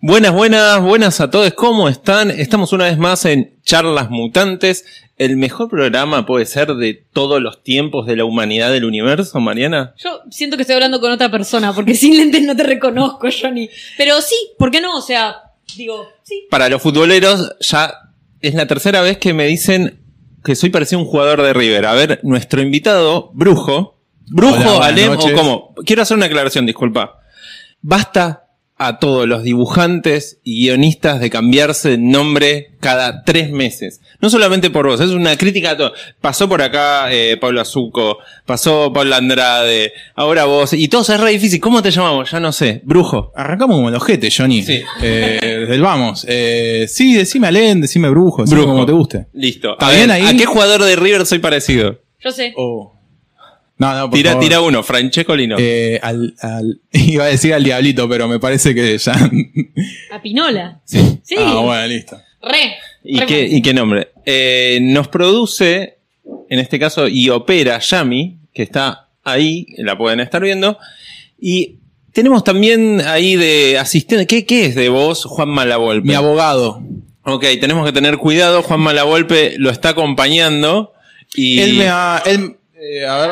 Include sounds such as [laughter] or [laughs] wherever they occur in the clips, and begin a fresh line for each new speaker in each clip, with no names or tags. Buenas, buenas, buenas a todos. ¿Cómo están? Estamos una vez más en Charlas Mutantes. El mejor programa puede ser de todos los tiempos de la humanidad del universo, Mariana.
Yo siento que estoy hablando con otra persona, porque [laughs] sin lentes no te reconozco, Johnny. Pero sí, ¿por qué no? O sea, digo, sí.
Para los futboleros, ya es la tercera vez que me dicen que soy parecido a un jugador de River. A ver, nuestro invitado, Brujo.
Hola,
Brujo,
buenas
Alem, o
noches.
como. Quiero hacer una aclaración, disculpa. Basta a todos los dibujantes y guionistas de cambiarse de nombre cada tres meses. No solamente por vos, es una crítica a todo. Pasó por acá eh, Pablo Azuco, pasó Pablo Andrade, ahora vos, y todos es re difícil. ¿Cómo te llamamos? Ya no sé. Brujo.
Arrancamos como el ojete, Johnny.
Sí.
Eh, desde el vamos. Eh, sí, decime Alén, decime Brujo, decime
Brujo.
como te guste.
Listo.
¿Está
a
bien
ver,
ahí?
¿A qué jugador de River soy parecido?
Yo sé.
No,
Oh.
no, por
Tira,
favor.
tira uno, Francesco Lino.
Eh, al, al- [laughs] iba a decir al diablito, pero me parece que ya.
A Pinola.
sí.
Sí.
Ah, bueno, listo.
Re.
¿Y
re
qué,
bueno.
¿Y qué nombre? Eh, nos produce, en este caso, y opera Yami, que está ahí, la pueden estar viendo. Y tenemos también ahí de asistente, ¿qué, qué es de vos, Juan Malavolpe?
Mi abogado.
ok, tenemos que tener cuidado, Juan Malavolpe lo está acompañando. Y
Él me va. Él, eh, a ver.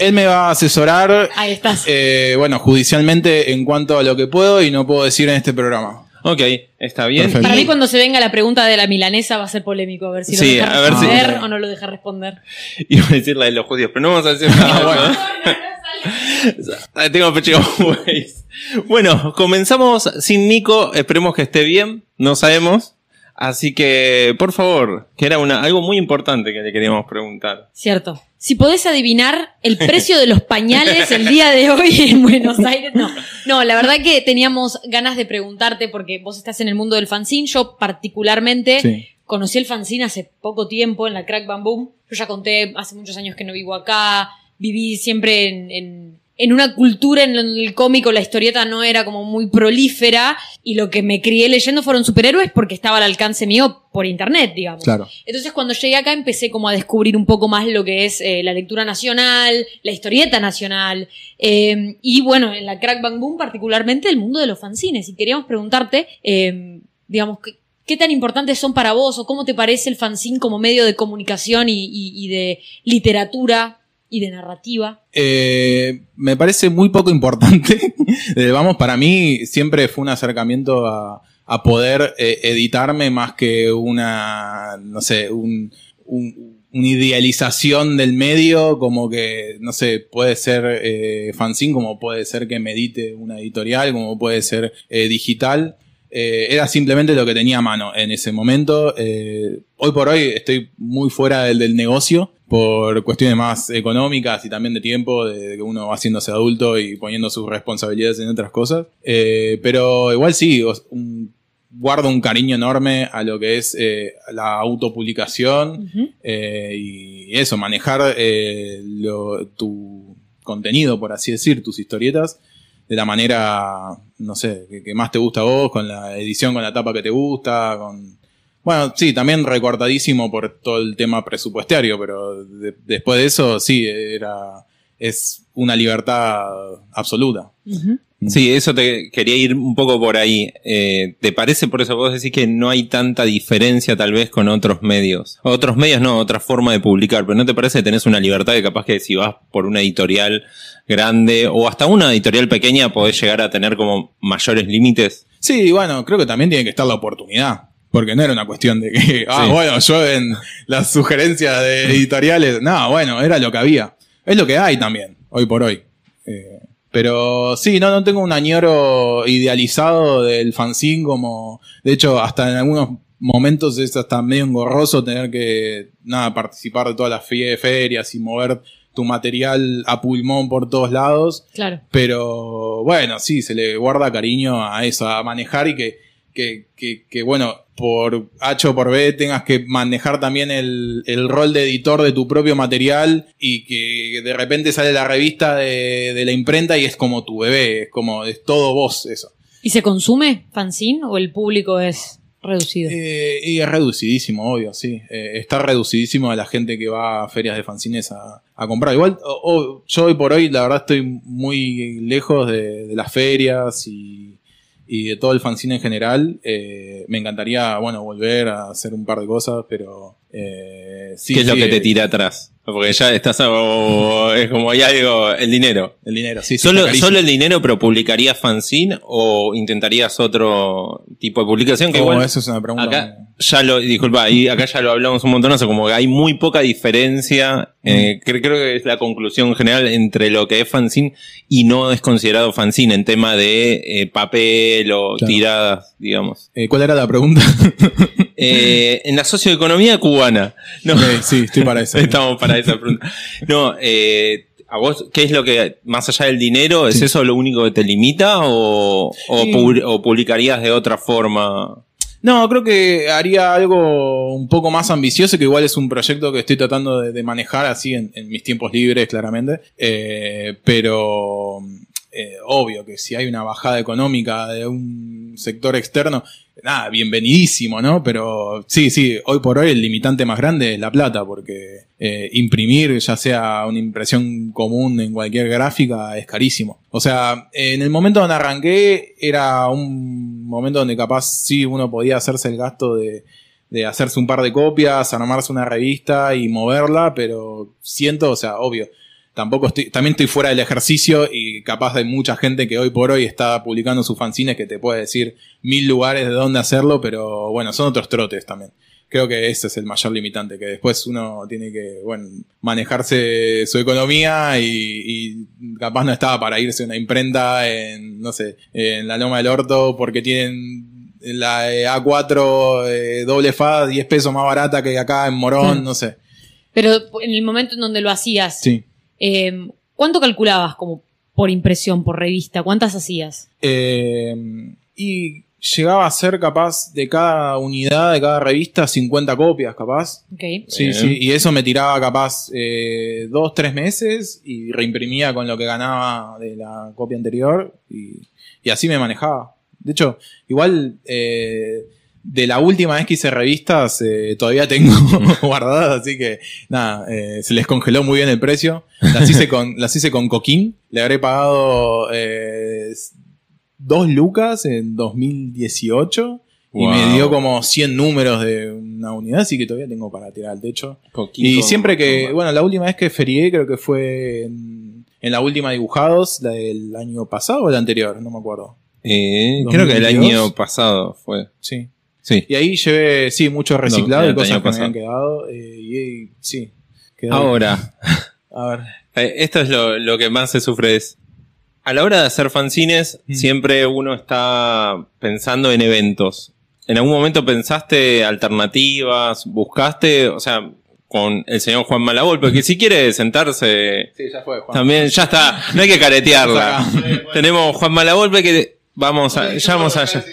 Él me va a asesorar,
Ahí estás.
eh, bueno, judicialmente en cuanto a lo que puedo y no puedo decir en este programa.
Ok, está bien.
Perfecto.
Para
y-
mí cuando se venga la pregunta de la milanesa va a ser polémico, a ver si lo
Sí,
deja
a ver si-
responder o no lo deja responder.
[laughs] Iba a decir la de los judíos, pero no vamos a
[laughs]
decir
Ah,
nada. Ah, Tengo pecho como un [laughs] güey. Bueno, comenzamos sin Nico. Esperemos que esté bien. No sabemos. Así que, por favor, que era una, algo muy importante que le queríamos preguntar.
[laughs] Cierto. Si podés adivinar el precio de los pañales el día de hoy en Buenos Aires, no. No, la verdad que teníamos ganas de preguntarte porque vos estás en el mundo del fanzine. Yo particularmente
Sí.
conocí el fanzine hace poco tiempo en la Crack Bam Boom. Yo ya conté, hace muchos años que no vivo acá. Viví siempre en, en- en una cultura en donde el cómico, la historieta no era como muy prolífera. Y lo que me crié leyendo fueron superhéroes porque estaba al alcance mío por internet, digamos.
Claro.
Entonces cuando llegué acá empecé como a descubrir un poco más lo que es eh, la lectura nacional, la historieta nacional eh, y bueno, en la Crack Bang Boom particularmente el mundo de los fanzines. Y queríamos preguntarte, eh, digamos, ¿qué, qué tan importantes son para vos o cómo te parece el fanzine como medio de comunicación y, y- y de literatura y de narrativa?
Eh, me parece muy poco importante. [laughs] Eh, vamos, para mí siempre fue un acercamiento a, a poder eh, editarme más que una, no sé, un, un- una idealización del medio, como que, no sé, puede ser eh, fanzine, como puede ser que me edite una editorial, como puede ser eh, digital. Eh, era simplemente lo que tenía a mano en ese momento. Eh, hoy por hoy estoy muy fuera del, del negocio por cuestiones más económicas y también de tiempo, de, de que uno va haciéndose adulto y poniendo sus responsabilidades en otras cosas. Eh, pero igual sí, os- un- guardo un cariño enorme a lo que es eh, la autopublicación
Ujú.
eh, y eso, manejar eh, lo- tu contenido, por así decir, tus historietas, de la manera, no sé, que, que más te gusta a vos, con la edición, con la tapa que te gusta, con... Bueno, sí, también recortadísimo por todo el tema presupuestario, pero de- después de eso, sí, era... Es una libertad absoluta.
Ujú.
Sí, eso te quería ir un poco por ahí. Eh, ¿Te parece por eso vos decís que no hay tanta diferencia tal vez con otros medios? Otros medios no, otra forma de publicar, pero ¿no te parece que tenés una libertad que capaz que si vas por una editorial grande o hasta una editorial pequeña podés llegar a tener como mayores límites?
Sí, bueno, creo que también tiene que estar la oportunidad. Porque no era una cuestión de que, [laughs] ah,
Sí.
bueno, yo en las sugerencias de editoriales. No, bueno, era lo que había. Es lo que hay también, hoy por hoy. Eh, pero sí, no, no tengo un añoro idealizado del fanzine como. De hecho, hasta en algunos momentos es hasta medio engorroso tener que, nada, participar de todas las fie- ferias y mover tu material a pulmón por todos lados.
Claro.
Pero bueno, sí, se le guarda cariño a eso, a manejar y que, que, que, que, bueno, por H o por B tengas que manejar también el, el rol de editor de tu propio material y que de repente sale la revista de, de la imprenta y es como tu bebé, es como, es todo vos eso.
¿Y se consume fanzine o el público es reducido?
Eh, y es reducidísimo, obvio, sí. Eh, está reducidísimo a la gente que va a ferias de fanzines a, a comprar. Igual, o- o- yo hoy por hoy, la verdad, estoy muy lejos de, de las ferias y, y de todo el fanzine en general. Eh, me encantaría, bueno, volver a hacer un par de cosas, pero eh, sí,
¿Qué es lo
sí,
que te
eh,
tira atrás? Porque ya estás, a- o- es como hay algo, el dinero.
El dinero, sí, sí, está
¿Solo,
carísimo.
¿Solo el dinero, pero publicarías fanzine o intentarías otro tipo de publicación? Que
Oh,
igual,
eso es una pregunta.
acá ya lo, disculpa, y acá ya lo hablamos un montonazo, como que hay muy poca diferencia, eh,
Mm.
cre- creo que es la conclusión general entre lo que es fanzine y no es considerado fanzine en tema de eh, papel o
Claro.
tiradas, digamos.
Eh, ¿Cuál era la pregunta? [laughs]
Eh, en la socioeconomía cubana. [laughs] No.
Ok, Eh, sí, estoy para eso.
Estamos para
[laughs]
esa pregunta. No, eh, ¿a vos qué es lo que, más allá del dinero, es
Sí.
eso lo único que te limita o, o,
Sí.
pu- o publicarías de otra forma?
No, creo que haría algo un poco más ambicioso, que igual es un proyecto que estoy tratando de, de manejar así en, en mis tiempos libres, claramente. Eh, pero eh, obvio que si hay una bajada económica de un sector externo, nada, bienvenidísimo, ¿no? Pero sí, sí, hoy por hoy el limitante más grande es la plata, porque eh, imprimir, ya sea una impresión común en cualquier gráfica, es carísimo. O sea, en el momento donde arranqué, era un momento donde capaz sí uno podía hacerse el gasto de, de hacerse un par de copias, armarse una revista y moverla, pero siento, o sea, obvio. Tampoco estoy, también estoy fuera del ejercicio y capaz de mucha gente que hoy por hoy está publicando sus fanzines que te puede decir mil lugares de dónde hacerlo, pero bueno, son otros trotes también. Creo que ese es el mayor limitante, que después uno tiene que, bueno, manejarse su economía y, y capaz no estaba para irse a una imprenta en, no sé, en la Loma del Orto porque tienen la eh, A4 eh, doble FA 10 pesos más barata que acá en Morón,
Mm.
no sé.
Pero en el momento en donde lo hacías,
Sí.
eh, ¿cuánto calculabas como por impresión, por revista? ¿Cuántas hacías?
Eh, y llegaba a ser capaz de cada unidad, de cada revista, 50 copias capaz.
Ok.
Sí,
Bien.
sí, y eso me tiraba capaz eh, dos, tres meses y reimprimía con lo que ganaba de la copia anterior y, y así me manejaba. De hecho, igual eh, de la última vez que hice revistas eh, todavía tengo [laughs] guardadas, así que nada, eh, se les congeló muy bien el precio. Las hice con, las hice con Coquín, le habré pagado eh, dos lucas en 2018. Y me
Wow.
dio como 100 números de una unidad, así que todavía tengo para tirar al techo. Y siempre que, bueno, la última vez que ferié creo que fue en, en la última dibujados, la del año pasado o la anterior, no me acuerdo.
Eh, creo que el
2022.
año pasado fue.
Sí.
Sí.
Y ahí llevé, sí, mucho
No,
reciclado
era
y
el
cosas
año
que me
pasado. Ah,
habían quedado. eh, y, y- sí. quedó.
Ahora,
A ver.
eh, esto es lo, lo que más se sufre es. A la hora de hacer fanzines,
Mm.
siempre uno está pensando en eventos. ¿En algún momento pensaste alternativas? ¿Buscaste? O sea, con el señor Juan Malagol, que si quiere sentarse
Sí, ya fue, Juan.
También, ya está, no hay que caretearla.
Está acá.
Tenemos Juan Malavolpe que vamos a, ya vamos allá.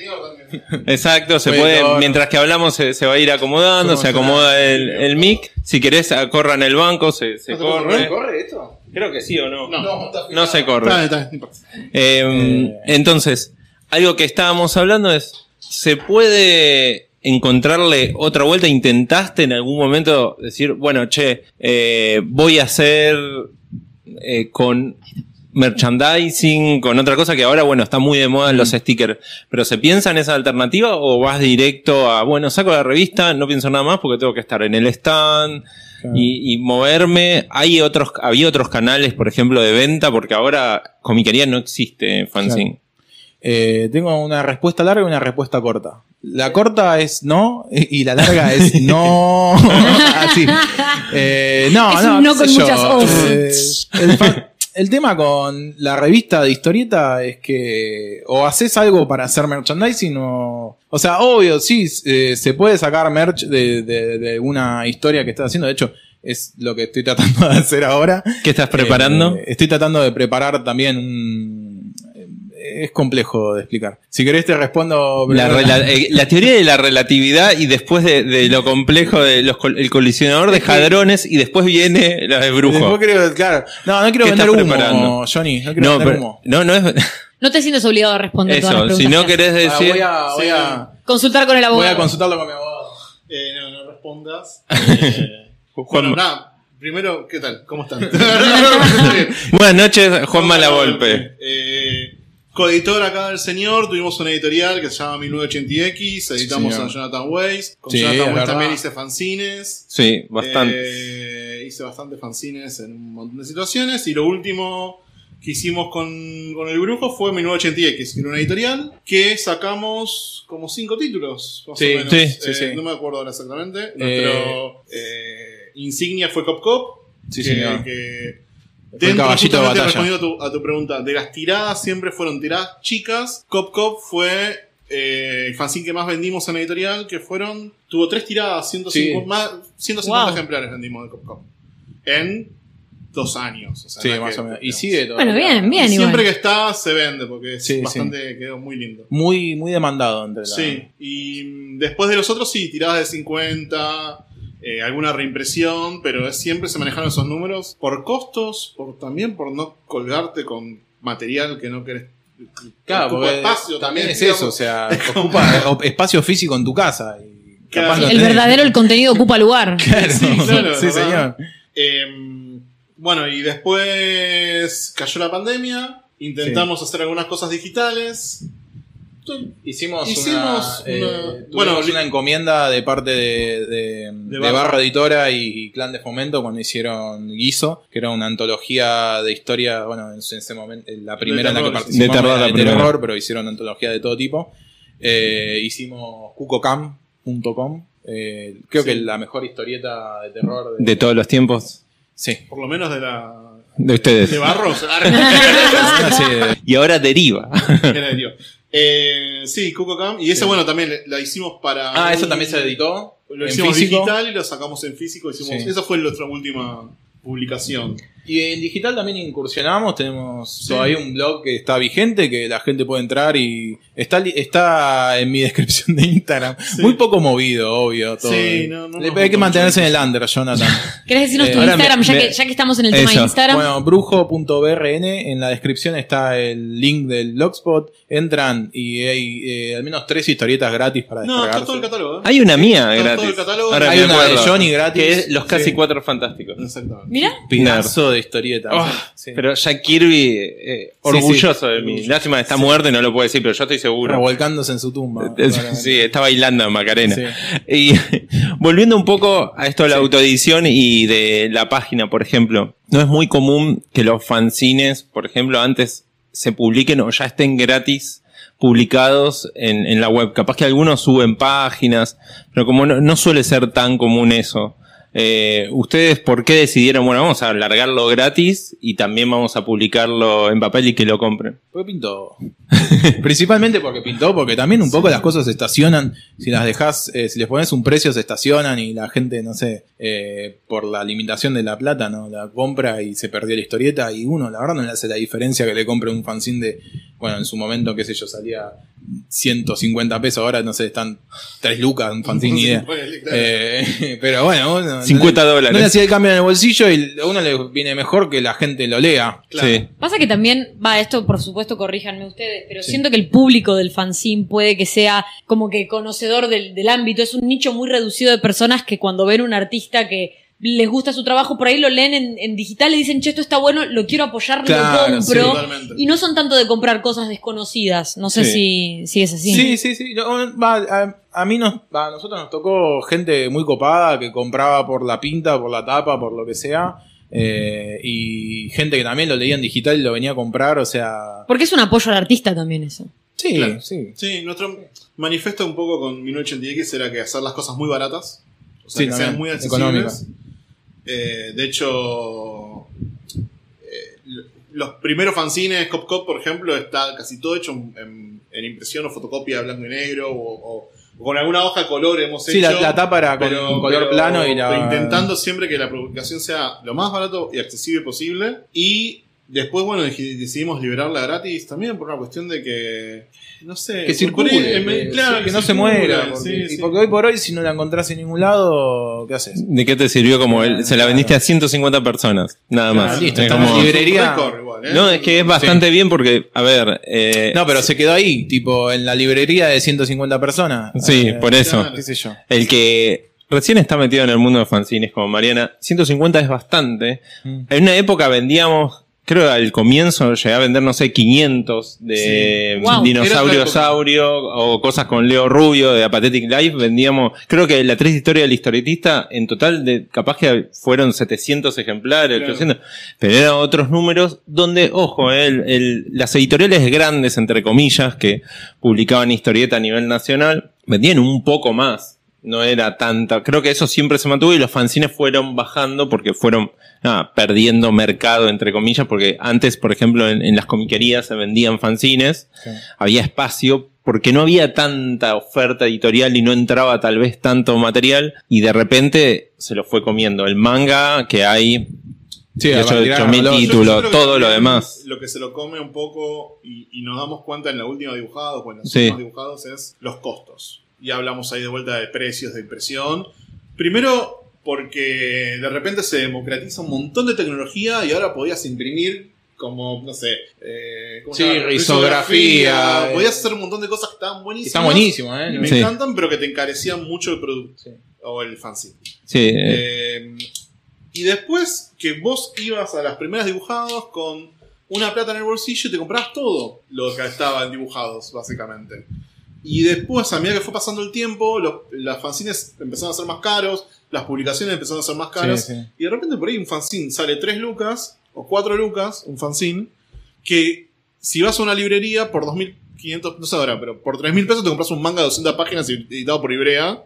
Exacto, se
Bueno,
puede,
no.
mientras que hablamos se, se va a ir acomodando,
Somos
se acomoda el, el mic. Si querés, corran el banco, se, se corre.
corre esto?
Creo que sí o no.
No, está
No se
Está,
corre.
está, no importa.
Eh, entonces, algo que estábamos hablando es, ¿se puede encontrarle otra vuelta? ¿Intentaste en algún momento decir, bueno, che, eh, voy a hacer eh, con merchandising, con otra cosa que ahora, bueno, está muy de moda en los stickers, pero ¿se piensa en esa alternativa o vas directo a, bueno, saco la revista, no pienso nada más porque tengo que estar en el stand?
Claro.
y, y moverme. Hay otros, había otros canales, por ejemplo, de venta, porque ahora comiquería no existe en fanzine.
Eh, tengo una respuesta larga y una respuesta corta. La corta es no y la
[laughs]
larga es no. Así. Eh, no,
Es
no,
un no
qué
con
sé
muchas os.
Eh, el, fa- el tema con la revista de historieta es que o haces algo para hacer merchandising o... O sea, obvio, sí, eh, se puede sacar merch de, de- de una historia que estás haciendo. De hecho, es lo que estoy tratando de hacer ahora.
¿Qué estás preparando?
Eh, estoy tratando de preparar también un... eh, Es complejo de explicar. Si querés te respondo...
la,
primero.
rela- eh, la teoría de la relatividad y después de, de lo complejo del colisionador de
Es que-
jadrones y después viene la de brujo.
[laughs] Después creo- claro. No, no quiero
¿Qué estás
vender humo,
preparando?
Johnny. No quiero
No,
vender
pero-
humo.
no, no es
No te sientes obligado a responder todas las
eso. Si
preguntas
no
que haces.
querés
Ah, voy
decir, [laughs]
a, voy, a,
Consultar con el
voy
abogado.
a consultarlo con mi abogado.
Eh, no, no respondas.
[laughs]
Eh, bueno, nada. Primero,
[laughs]
¿qué tal? ¿Cómo están?
buenas noches, Juan Malavolpe.
Eh, coeditor acá del señor, tuvimos una editorial que se llama 1980X, editamos
señor.
a Jonathan Weiss, con
Sí, es
Jonathan Weiss
verdad.
también hice fanzines.
Sí, bastante.
Eh, hice bastantes fanzines en un montón de situaciones. Y lo último que hicimos con, con el brujo fue 1980X, que era una editorial que sacamos como cinco títulos. Más
Sí,
o menos.
sí,
sí,
Eh,
sí.
No me acuerdo ahora exactamente. Nuestro eh, insignia fue Cop Cop.
Sí,
que-
señor.
que
el caballito
Dentro,
de
justamente
batalla.
respondiendo a tu, a tu pregunta, de las tiradas siempre fueron tiradas chicas. Cop Cop fue eh, el fanzine que más vendimos en la editorial, que fueron. Tuvo tres tiradas, 150,
Sí.
más, 150
Wow.
ejemplares vendimos de Cop Cop. En dos años. o sea,
Sí,
no es
más
que-
o menos. Y sigue todo.
Bueno, bien, bien.
Y siempre
igual.
que está, se vende, porque es
Sí, sí.
bastante, quedó muy lindo.
Muy, muy demandado entre la...
Sí, y mm, después de los otros sí, tiradas de 50, eh, alguna reimpresión, pero es- siempre se manejaron esos números por costos, por también por no colgarte con material que no querés. que
Claro,
ocupa
porque
espacio
también es
digamos.
eso, o
[laughs]
sea, ocupa eh, o- espacio físico en tu casa. Y
Claro.
capaz no
El
tenés.
verdadero el contenido ocupa lugar.
[laughs] Claro.
Sí, claro,
Sí,
la
señor.
verdad. Em, bueno, y después cayó la pandemia, intentamos hacer algunas cosas digitales.
Hicimos, una,
Hicimos
eh,
una-
tuvimos
bueno,
una encomienda de parte de, de- de
Barra.
Barra. Editora y, y Clan de Fomento cuando hicieron Guiso, que era una antología de historia, bueno, en, ese momento, la primera en la que
terror, sí.
participamos
De terror,
era
la primera.
terror, pero hicieron antología de todo tipo. Eh, hicimos cucocam.com, eh, creo
Sí.
que la mejor historieta de terror
De todos los tiempos
Sí.
Por lo menos de la.
de ustedes.
[laughs]
De barros.
[laughs]
Sí,
Y ahora deriva.
Era de Dios. Eh, sí, CucoCam. Y esa,
Sí.
bueno, también la hicimos para.
Ah, eso
un-
también se editó.
Lo
en
hicimos
físico.
digital y lo sacamos en físico. Hicimos,
Sí.
Esa fue nuestra última publicación.
Y en digital también incursionamos, tenemos todavía un blog que está vigente, que la gente puede entrar y está, li- está en mi [laughs] descripción de Instagram. Muy poco movido, obvio. Todo.
Sí, no, no
Le-
nos
Hay que
gusta
mantenerse en
mucho
el under,
[laughs]
Jonathan.
¿Querés decirnos
Eh,
tu
ahora
Instagram?
me-
ya,
me-
que, ya que estamos en el tema de
Eso.
Instagram.
bueno, brujo.brn, en la descripción está el link del blogspot. Entran y hay eh, al menos tres historietas gratis para
No,
descargarse.
está todo el catálogo. ¿eh?
Hay una mía
Está
gratis.
todo el catálogo.
Ahora
hay
me
una de
acuerdo.
Johnny gratis.
Que es Los Casi
Sí.
Cuatro Fantásticos.
Exactamente.
Mira,
Pedazo de historieta.
Oh,
Ah,
Sí.
Pero Jack Kirby, eh, orgulloso de mí. Lástima, está muerto y no lo puedo decir, pero yo estoy
Ah,
seguro.
Revolcándose en su tumba.
Eh, [laughs] Sí, está bailando en Macarena.
Sí.
Y [laughs] volviendo un poco a esto de la autoedición y de la página, por ejemplo, no es muy común que los fanzines, por ejemplo, antes se publiquen o ya estén gratis publicados en, en la web. Capaz que algunos suben páginas, pero como no, no suele ser tan común eso. eh, ¿Ustedes por qué decidieron, bueno, vamos a largarlo gratis y también vamos a publicarlo en papel y que lo compren?
Porque pintó. [laughs] Principalmente porque pintó, porque también un poco las cosas se estacionan. Si las dejas, si les pones un precio, se estacionan y la gente, no sé, eh, por la limitación de la plata, ¿no? La compra y se perdió la historieta. Y uno, la verdad, no le hace la diferencia que le compre un fanzine de, bueno, en su momento, qué sé yo, salía 150 pesos, ahora, no sé, están 3 lucas, un fanzine, ni idea.
Bueno, claro.
Eh, [laughs] pero bueno, uno,
50
no le-
dólares.
No le hacía el cambio en el bolsillo y a uno le viene mejor que la gente lo lea.
Claro.
Sí.
Pasa que también, va, esto por supuesto corríjanme ustedes, pero siento que el público del fanzine puede que sea como que conocedor del, del ámbito. Es un nicho muy reducido de personas que cuando ven un artista que les gusta su trabajo, por ahí lo leen en, en digital y dicen, che, esto está bueno, lo quiero apoyar,
Claro,
lo
sí,
compro.
totalmente.
y no son tanto de comprar cosas desconocidas. No sé si, si es así.
Sí, sí, sí. Yo, bueno, va, a, a mí nos, a nosotros nos tocó gente muy copada que compraba por la pinta, por la tapa, por lo que sea. eh, y gente que también lo leía en digital y lo venía a comprar, o sea.
Porque es un apoyo al artista también eso.
Sí,
Claro.
sí.
Sí, nuestro manifiesto un poco con 1980X era que hacer las cosas muy baratas. O sea,
Sí,
que sean
también,
muy accesibles.
económicas.
Eh, de hecho, eh, lo- los primeros fanzines, Cop Cop, por ejemplo, está casi todo hecho en, en- en impresión o fotocopia blanco y negro o, o- o con alguna hoja de color hemos
Sí,
hecho.
la, la tapa era Ah, con
pero-
color
pero
plano y la.
Intentando siempre que la publicación sea lo más barato y accesible posible. Y después, bueno, deci- decidimos liberarla gratis también por una cuestión de que. No sé.
Que
por
circule,
ahí, en me-
que,
claro,
sí, que no se
circule,
muera.
sí,
Porque,
sí.
porque hoy por hoy, si no la encontrás en ningún lado, ¿qué haces?
¿De qué te sirvió como él? Se la vendiste a 150 personas, nada
Claro,
más.
Ah, listo,
Es
estamos
como-
libres. librería-
Es un récord igual, ¿eh?
No, es que es bastante bien porque, a ver, eh,
No, pero se quedó ahí, tipo en la librería de 150 personas.
sí,
Eh,
por eso.
claro.
¿Qué sé yo?
El que recién está metido en el mundo de fanzines como Mariana, 150 es bastante.
Mm.
En una época vendíamos creo que al comienzo llegué a vender, no sé, 500 de
Sí. Wow.
Dinosaurio
Era otra
Saurio o cosas con Leo Rubio de Apathetic Life. Vendíamos, creo que la tres historia del historietista en total de, capaz que fueron 700 ejemplares,
Claro.
800. Pero eran otros números donde, ojo, eh, el- el- las editoriales grandes, entre comillas, que publicaban historieta a nivel nacional, vendían un poco más. No era tanta. Creo que eso siempre se mantuvo y los fanzines fueron bajando porque fueron nada, perdiendo mercado, entre comillas, porque antes, por ejemplo, en, en las comiquerías se vendían fanzines,
Sí.
había espacio porque no había tanta oferta editorial y no entraba tal vez tanto material y de repente se lo fue comiendo. El manga que hay
Sí,
Yo
a
hecho
partir de
ocho mil
ahora-
y-
Yo- yo
título,
creo que
todo lo
también
demás.
Lo que se lo come un poco y, y nos damos cuenta en la última dibujada o en los
Sí.
últimos dibujados es los costos. Y hablamos ahí de vuelta de precios de impresión. Primero, porque de repente se democratiza un montón de tecnología y ahora podías imprimir como, no sé, eh, ¿cómo se
Sí,
llama?
risografía, eh.
Podías hacer un montón de cosas que estaban buenísimas.
Está buenísimo, ¿eh?
Me
Sí.
encantan, pero que te encarecían mucho el producto
Sí.
o el fanzine.
sí,
Eh, y después que vos ibas a las primeras dibujados con una plata en el bolsillo y te comprabas todo lo que estaba en dibujados, básicamente. Y después, a medida que fue pasando el tiempo, los, las fanzines empezaron a ser más caros, las publicaciones empezaron a ser más caras.
Sí, sí.
Y de repente por ahí un fanzine sale 3 lucas o 4 lucas, un fanzine, que si vas a una librería por 2.500, no sé ahora, pero por 3.000 pesos te compras un manga de 200 páginas editado por Ibrea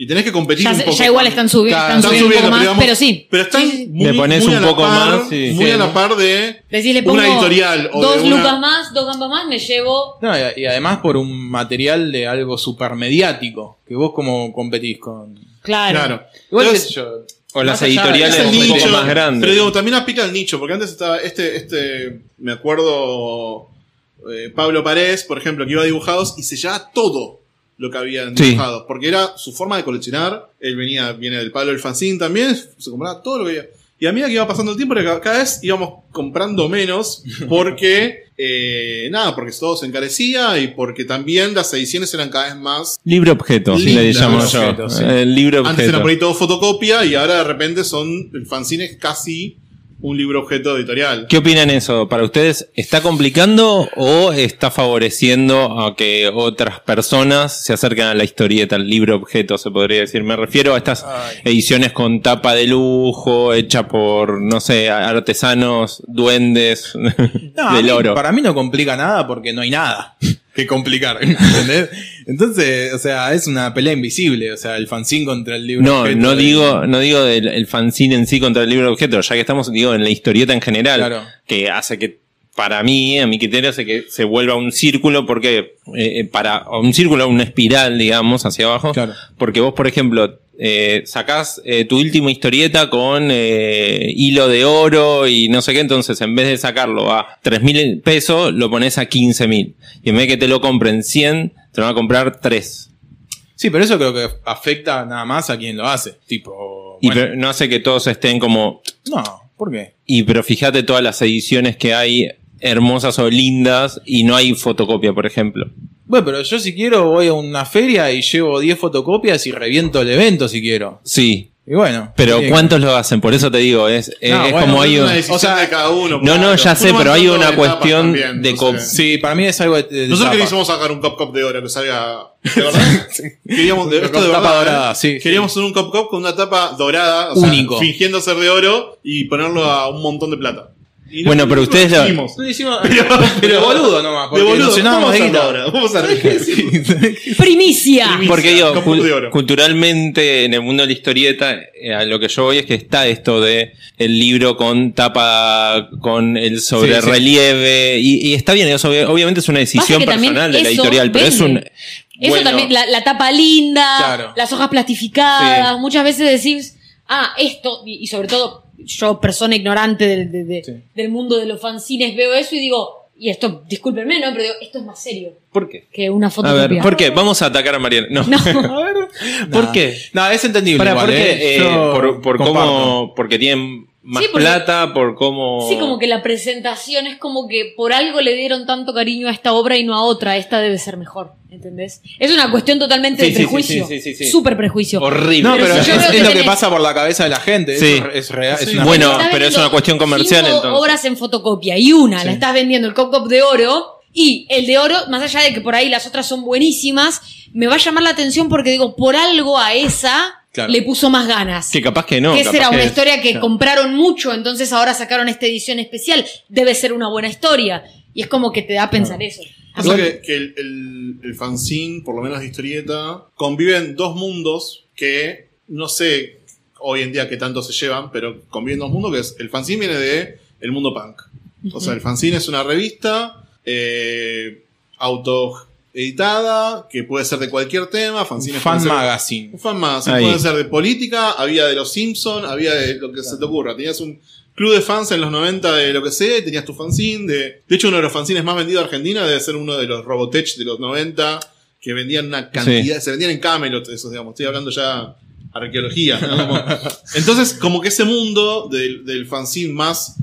y tenés que competir
Ya,
un
se-
poco.
ya igual están, subi-
Claro,
están
están
subiendo un
subiendo,
poco más,
pero digamos-
pero sí.
Pero están
Sí, sí.
muy,
Le pones
muy a
un
la
poco
par-
más y-
muy
Sí,
a la
¿no?
par de
Decís, le pongo
una editorial o
dos
de una-
lucas más, dos gambas más, me llevo...
No, y, y además por un material de algo supermediático, que vos como competís con...
Claro.
Claro.
Igual
Entonces,
qué sé yo,
o las
más allá-
editoriales
es
ese
el
un
es
poco
nicho,
más grandes.
Pero digo, también aplica el nicho, porque antes estaba este, este me acuerdo, eh, Pablo Parés, por ejemplo, que iba a dibujados y sellaba todo lo que había en
Sí.
dibujados, porque era su forma de coleccionar, él venía, viene del palo del fanzine también, se compraba todo lo que había. Y a medida que iba pasando el tiempo, era que cada vez íbamos comprando menos, porque, eh, nada, porque todo se encarecía y porque también las ediciones eran cada vez más
Libro objeto, le
Libro
llamo yo.
objeto, sí.
El libro
Antes era
objeto.
por ahí todo fotocopia y ahora de repente son. El fanzine es casi un libro objeto editorial.
¿Qué opinan eso? ¿Para ustedes está complicando o está favoreciendo a que otras personas se acerquen a la historieta, al libro objeto, se podría decir? Me refiero a estas
Ay.
ediciones con tapa de lujo, hecha por, no sé, artesanos, duendes
No, a
del
mí-
oro.
Para mí no complica nada porque no hay nada [laughs] que complicar, ¿entendés? Entonces, o sea, es una pelea invisible, o sea, el fanzine contra el libro.
No,
objeto
no
de-
digo, no digo del el fanzine en sí contra el libro objeto, ya que estamos, digo, en la historieta en general,
Claro.
que hace que, para mí, a mi criterio, hace que se vuelva un círculo, porque, eh, para, o un círculo, una espiral, digamos, hacia abajo,
Claro.
porque vos, por ejemplo, eh, sacás eh, tu última historieta con eh, hilo de oro y no sé qué, entonces en vez de sacarlo a 3.000 mil pesos, lo pones a 15.000 mil. Y en vez de que te lo compren 100, te lo van a comprar 3.
Sí, pero eso creo que afecta nada más a quien lo hace. Tipo,
Y
bueno,
pero no hace que todos estén como
no, ¿por qué?
Y pero fíjate todas las ediciones que hay hermosas o lindas y no hay fotocopia, por ejemplo.
Bueno, pero yo si quiero voy a una feria y llevo 10 fotocopias y reviento el evento si quiero.
Sí,
Y bueno.
pero
sí.
¿cuántos lo hacen? Por eso te digo, es, es-
No,
es
bueno,
como hay
una
un...
decisión
o sea,
de cada uno.
no, no, ya sé,
Uno
pero
va
hay
entrando
una
en etapas
cuestión de
no
co-
sé.
Sí, para mí es algo de, de
Nosotros
tapa.
queríamos sacar un Cup Cup de oro que salga. De verdad. queríamos de,
Con
esto de
tapa
verdad,
dorada,
¿eh?
sí, sí.
Queríamos hacer un Cup Cup con una tapa dorada, o sea,
Único.
fingiendo ser de oro y ponerlo a un montón de plata. Y
Bueno, pero
nosotros
ustedes
lo
lo-
hicimos.
Nosotros hicimos-
[laughs]
[laughs]
Pero-
de boludo nomás, porque
de boludo,
nos llenábamos
vamos
de
a
guita.
hacerlo ahora. Vamos a
Primicia.
hacerlo. Primicia.
Porque digo,
Caput
cul-
de oro.
culturalmente en el mundo de la historieta, eh, a lo que yo voy es que está esto de el libro con tapa, con el sobre relieve, y, y está bien, eso obvia- obviamente es una decisión
que también
personal de la
eso
editorial, pero es un...
vende. Eso
Bueno,
también, la, la tapa linda,
Claro.
las hojas plastificadas,
Sí.
muchas veces decís, ah, esto, y, y sobre todo yo, persona ignorante del- de- de-
Sí.
del mundo de los fanzines, veo eso y digo, y esto, discúlpenme, ¿no? Pero digo, esto es más serio
¿Por qué?
que una
A
fotocopia.
ver, ¿por qué? Vamos a atacar a Mariana. No. [laughs]
No,
¿Por
Nah.
qué?
No, es entendible.
Para,
igual,
porque,
¿eh?
eh,
Yo
por, por
comparto.
cómo, porque tienen más
Sí, porque-
plata, por cómo...
Sí, como que la presentación es como que por algo le dieron tanto cariño a esta obra y no a otra, esta debe ser mejor, ¿entendés? Es una cuestión totalmente
Sí,
de
sí, sí,
prejuicio,
sí, sí, sí, sí.
súper prejuicio.
Horrible.
No,
Pero
pero,
si yo
es,
veo que
es lo que
tenés-
pasa por la cabeza de la gente.
Sí.
eso es real. es
Sí.
una
Ah, Bueno,
realidad.
Estás
pero es
vendiendo
una cuestión comercial,
cinco
entonces.
obras en fotocopia y una
Sí.
la estás vendiendo el Cop Cop de oro y el de oro, más allá de que por ahí las otras son buenísimas, me va a llamar la atención porque digo, por algo a esa
Claro.
le puso más ganas.
Que capaz que no.
que
capaz
esa era
que
una
es-
historia que
claro.
compraron mucho, entonces ahora sacaron esta edición especial. Debe ser una buena historia. Y es como que te da a pensar eso.
Pasa que, que el, el- el fanzine, por lo menos de historieta, conviven dos mundos que no sé hoy en día qué tanto se llevan, pero conviven dos mundos que es el fanzine viene de el mundo punk. O sea, el fanzine es una revista eh, autoeditada que puede ser de cualquier tema,
Un
fanzine
fan
puede ser-
magazine.
un fan más.
Ahí.
Pueden ser de política, había de los Simpsons, había de lo que se te ocurra. Tenías un club de fans en los 90 de lo que sea y tenías tu fanzine. De, de hecho, uno de los fanzines más vendidos de Argentina debe ser uno de los Robotech de los 90 que vendían una cantidad, se vendían en Camelot, esos, digamos. Estoy hablando ya arqueología. ¿no? Como- Entonces, como que ese mundo del, del fanzine más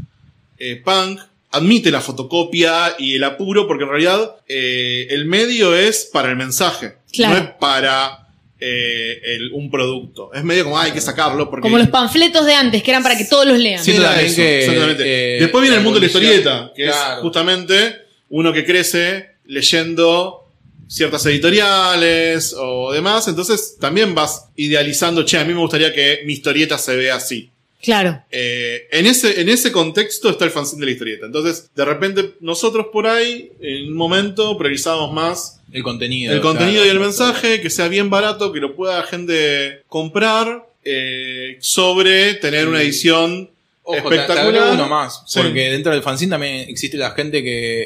eh, punk admite la fotocopia y el apuro, porque en realidad eh, el medio es para el mensaje,
Claro.
no es para eh, el- un producto. Es medio como "Ah, hay que sacarlo porque
[laughs] Como los panfletos de antes, que eran para que todos los lean.
Sí,
era
también
eso,
que,
exactamente.
eh,
Después viene el mundo de la
evolución.
historieta, que es
Claro.
justamente uno que crece leyendo ciertas editoriales o demás, entonces también vas idealizando, che, a mí me gustaría que mi historieta se vea así.
Claro.
Eh, en, ese, en ese contexto está el fanzine de la historieta. Entonces, de repente, nosotros por ahí, en un momento, priorizamos más
El contenido.
el contenido
claro.
y el mensaje, que sea bien barato, que lo pueda gente comprar, eh, sobre tener una edición
Ojo, te- te
espectacular.
agrego uno más.
Sí.
Porque dentro del fanzine también existe la gente que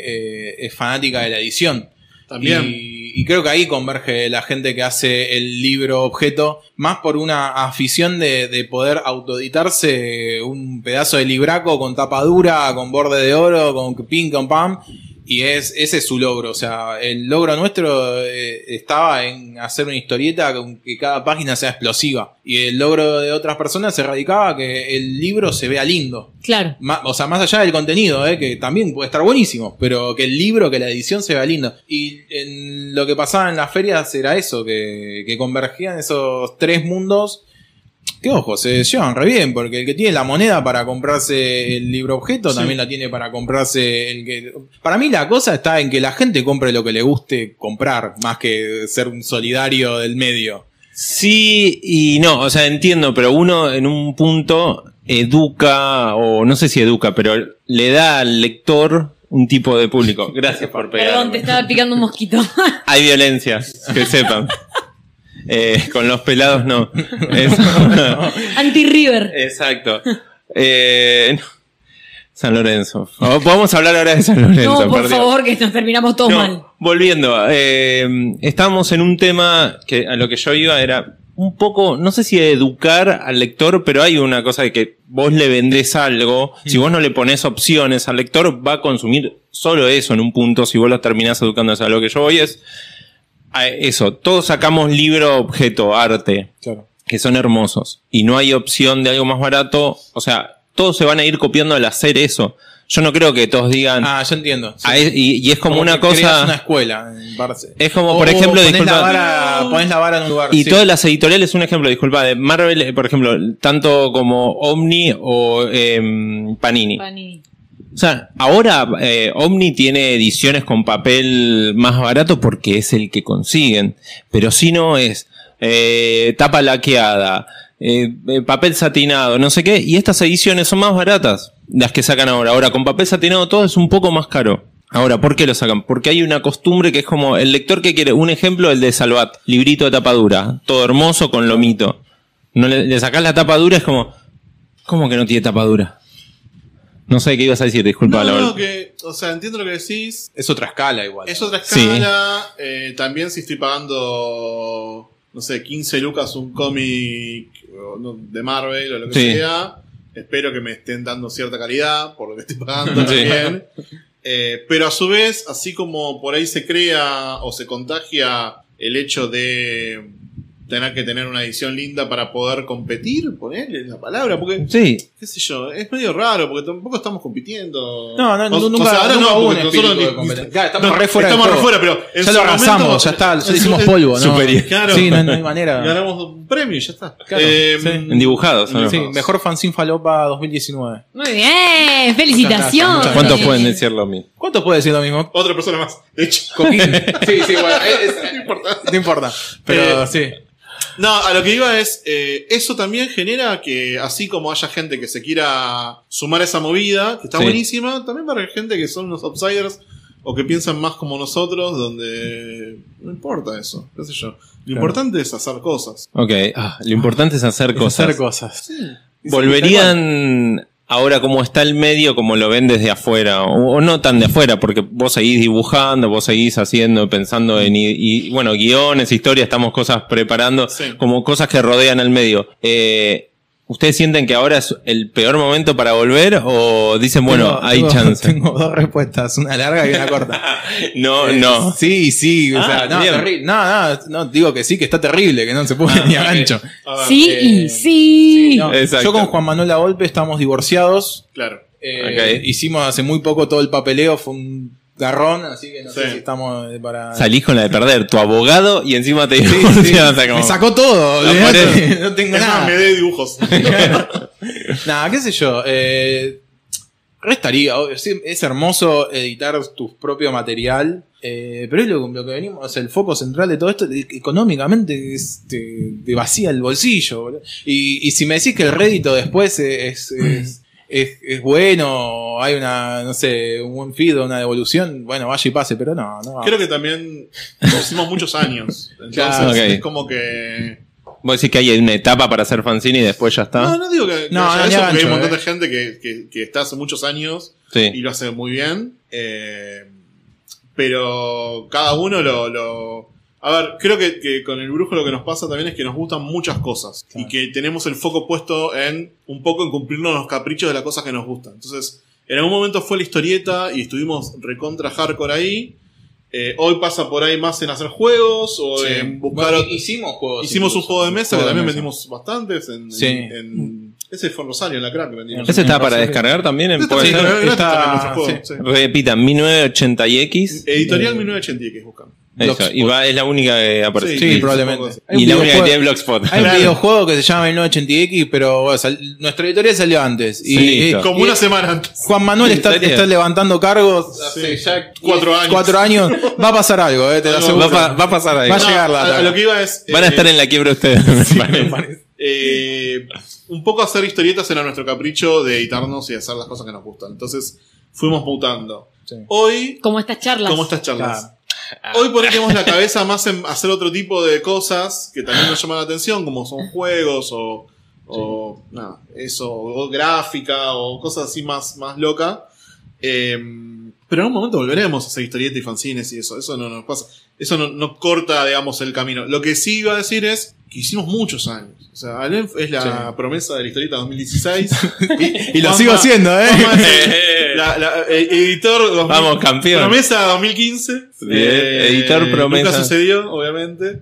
eh, es fanática de la edición.
También.
Y, y creo que ahí converge la gente que hace el libro objeto, más por una afición de, de poder autoeditarse un pedazo de libraco con tapa dura, con borde de oro, con pin, con pam. Y es, ese es su logro. O sea, el logro nuestro eh, estaba en hacer una historieta con que cada página sea explosiva. Y el logro de otras personas se radicaba que el libro se vea lindo.
Claro.
Ma- o sea, más allá del contenido, eh, que también puede estar buenísimo, pero que el libro, que la edición se vea lindo. Y en lo que pasaba en las ferias era eso, que, que convergían esos tres mundos. Que ojo, se llevan re bien, porque el que tiene la moneda para comprarse el libro objeto
Sí.
también la tiene para comprarse el que. Para mí la cosa está en que la gente compre lo que le guste comprar, más que ser un solidario del medio.
Sí y no, o sea, entiendo, pero uno en un punto educa, o no sé si educa, pero le da al lector un tipo de [laughs] público. Gracias por
Perdón,
pegarme.
te estaba picando un mosquito. [laughs]
Hay violencia, que sepan. Eh, con los pelados no. [laughs] Eso.
Anti-River.
Exacto. Eh, no. San Lorenzo. O- Vamos a hablar ahora de San [laughs] Lorenzo.
No, por
Dios.
favor, que nos terminamos todos
No,
mal.
Volviendo, eh, estamos en un tema que a lo que yo iba era un poco, no sé si educar al lector, pero hay una cosa de que vos le vendés algo, si vos no le pones opciones al lector, va a consumir solo eso en un punto, si vos lo terminás educando. O sea, lo que yo voy es a eso, todos sacamos libro, objeto, arte,
Claro.
que son hermosos y no hay opción de algo más barato, o sea, todos se van a ir copiando al hacer eso. Yo no creo que todos digan...
Ah, yo entiendo. Sí.
"Ah, es- y, y es como, una
que creas
cosa...
una escuela. en parte.
Es como, por ejemplo,
ponés
disculpa-
la, vara, ponés la vara en un lugar.
Y
sí.
todas las editoriales, un ejemplo, disculpa, de Marvel, eh, por ejemplo, tanto como Omni o em, Panini.
Pani.
O sea, ahora eh, Omni tiene ediciones con papel más barato porque es el que consiguen. Pero si no es eh, tapa laqueada, eh, eh, papel satinado, no sé qué. Y estas ediciones son más baratas, las que sacan ahora. Ahora, con papel satinado todo es un poco más caro. Ahora, ¿por qué lo sacan? Porque hay una costumbre que es como el lector que quiere, un ejemplo, el de Salvat, librito de tapa dura, todo hermoso con lomito. No le, le sacás la tapa dura, es como, ¿cómo que no tiene tapa dura? No sé qué ibas a decir, disculpa,
No,
la
no,
verdad.
que, o sea, entiendo lo que decís.
Es otra escala igual.
Es otra
Sí.
escala. eh, también si estoy pagando, no sé, 15 lucas un cómic o no, de Marvel o lo que
Sí.
sea, espero que me estén dando cierta calidad por lo que estoy pagando
[laughs] Sí.
también. Eh, pero a su vez, así como por ahí se crea o se contagia el hecho de tener que tener una edición linda para poder competir, ponerle la palabra, porque,
Sí,
qué sé yo, es medio raro, porque tampoco estamos compitiendo.
No, no,
O- o
nunca-
sea, ahora
nunca
no,
hubo
porque
un
nosotros
espíritu de
ni-
competencia. Claro, estamos
no,
re fuera del
estamos re
juego.
fuera, pero en
ya
su
lo
momento-
arrasamos, ya está, ya
en
le
su-
hicimos polvo, ¿no?
superior.
Claro.
Sí, no, no [laughs] hay manera.
Ganamos un premio y ya está.
Claro,
Eh,
sí.
en dibujados. ¿o no?
Sí, mejor fanzine falopa 2019.
Muy bien, felicitaciones.
Muchas gracias, muchas
¿Cuántos pueden decir lo mismo?
¿Cuánto puede decir lo mismo?
Otra persona más.
[laughs]
De hecho,
Coquín. [laughs]
[laughs]
sí, sí, bueno, es- es-
no importa.
no importa. Pero
Eh,
sí.
No, a lo que iba es, eh, eso también genera que así como haya gente que se quiera sumar a esa movida, que está
Sí.
buenísima, también para gente que son unos outsiders o que piensan más como nosotros, donde no importa eso, qué sé yo. Lo importante es hacer cosas.
Ok, ah, lo importante es hacer cosas.
Hacer cosas.
¿Volverían ahora como está el medio, como lo ven desde afuera? O, o no tan de afuera, porque vos seguís dibujando, vos seguís haciendo, pensando en, i- y, bueno, guiones, historias, estamos cosas preparando,
Sí.
como cosas que rodean al medio. Eh, ¿Ustedes sienten que ahora es el peor momento para volver o dicen, bueno,
Tengo-
hay
tengo-
chance?
Tengo dos respuestas, una larga y una corta.
[laughs] No,
Eh,
no.
Sí, sí, o
Ah,
sea, no,
bien.
terri- no, no, no, digo que sí, que está terrible, que no se puede ni a gancho.
A ver,
Sí
Eh,
y sí.
No,
Exacto.
yo con Juan Manuel Avolpe estamos divorciados.
Claro.
eh,
Ok.
Hicimos hace muy poco todo el papeleo, fue un garrón, así que no sé
Sí.
si estamos eh, para.
Salís con la de perder, tu abogado y encima te
Sí,
divorcian,
sí.
[laughs] o sea, como-
Me sacó todo,
La
olvidate,
pared.
[laughs] no tengo
Es más, me
nada.
dé dibujos.
Nada, qué sé yo. eh, restaría, obvio, sí, es hermoso editar tu propio material. eh, pero es lo, lo que venimos, o sea, el foco central de todo esto, e- económicamente, es- te, te vacía el bolsillo. boludo. Y, y si me decís que el rédito después es, es- es- es bueno, hay una, no sé, un buen feed, una devolución, bueno, vaya y pase, pero no, no. va.
Creo que también lo hicimos muchos años. Entonces
Claro,
ok.
es como que...
Vos decís que hay una etapa para hacer fanzine y después ya está.
No, no digo que, que
No,
haya
no, ni
eso,
a
porque hay un
gancho,
montón
eh.
de gente que, que- que está hace muchos años
Sí.
y lo hace muy bien. eh, pero cada uno lo, lo- A ver, creo que, que con el brujo lo que nos pasa también es que nos gustan muchas cosas
Claro.
y que tenemos el foco puesto en un poco en cumplirnos los caprichos de las cosas que nos gustan. Entonces, en algún momento fue la historieta y estuvimos recontra hardcore ahí. eh, hoy pasa por ahí más en hacer juegos o
Sí.
en buscar
Bueno,
ot-
hicimos juegos.
Hicimos un
incluso,
juego de mesa que
juego
también
mesa.
vendimos bastantes. En,
Sí.
en- en- ese fue en Rosario, en la crack. Vendimos.
¿Ese está
Sí,
para
sí.
descargar también? En,
Ese
puede
sí,
ser?
gratis
Pues, eh, está-
también nuestro juego, sí.
Repitan, 1980X.
Editorial
Eh,
1980 que buscan.
Eso, y va, es la única que aparece.
Sí,
Sí,
probablemente.
supongo.
Hay un
Y la única que
videojuego-
tiene Blogspot.
Hay
Claro.
un videojuego que se llama 1980X, pero bueno, sal- nuestra editorial salió antes. Y,
Sí,
y-
claro.
Como
y-
una semana antes.
Juan Manuel
¿En
está,
serio?
está levantando cargos
Sí.
hace ya
Cuatro años.
cuatro años. Va a pasar algo, eh, te lo
[laughs] Algo
aseguro.
Va, pa- va a pasar ahí.
Va a llegar la
a, a lo que iba es.
Van a
eh,
estar en la quiebra ustedes. me [laughs] parece.
eh, un poco hacer historietas era nuestro capricho de editarnos y hacer las cosas que nos gustan. Entonces fuimos mutando.
Sí.
Hoy,
Como estas charlas.
¿cómo estas charlas?
Claro.
Hoy por ahí tenemos la cabeza más en hacer otro tipo de cosas que también nos llaman la atención, como son juegos o, o nada, eso, o gráfica o cosas así más, más loca. Eh, pero en un momento volveremos a hacer historietas y fanzines y eso, eso no nos pasa. Eso no, no corta, digamos, el camino. Lo que sí iba a decir es que hicimos muchos años. O sea, Alenf es la
Sí.
promesa de la historieta
[laughs]
2016.
Y lo
Juanma-
sigo haciendo, eh.
Juanma es el- la- la- eh, editor
[laughs]
2000.
Vamos, campeón.
Promesa 2015.
Bien, editor promesa.
Eh, Nunca sucedió, obviamente.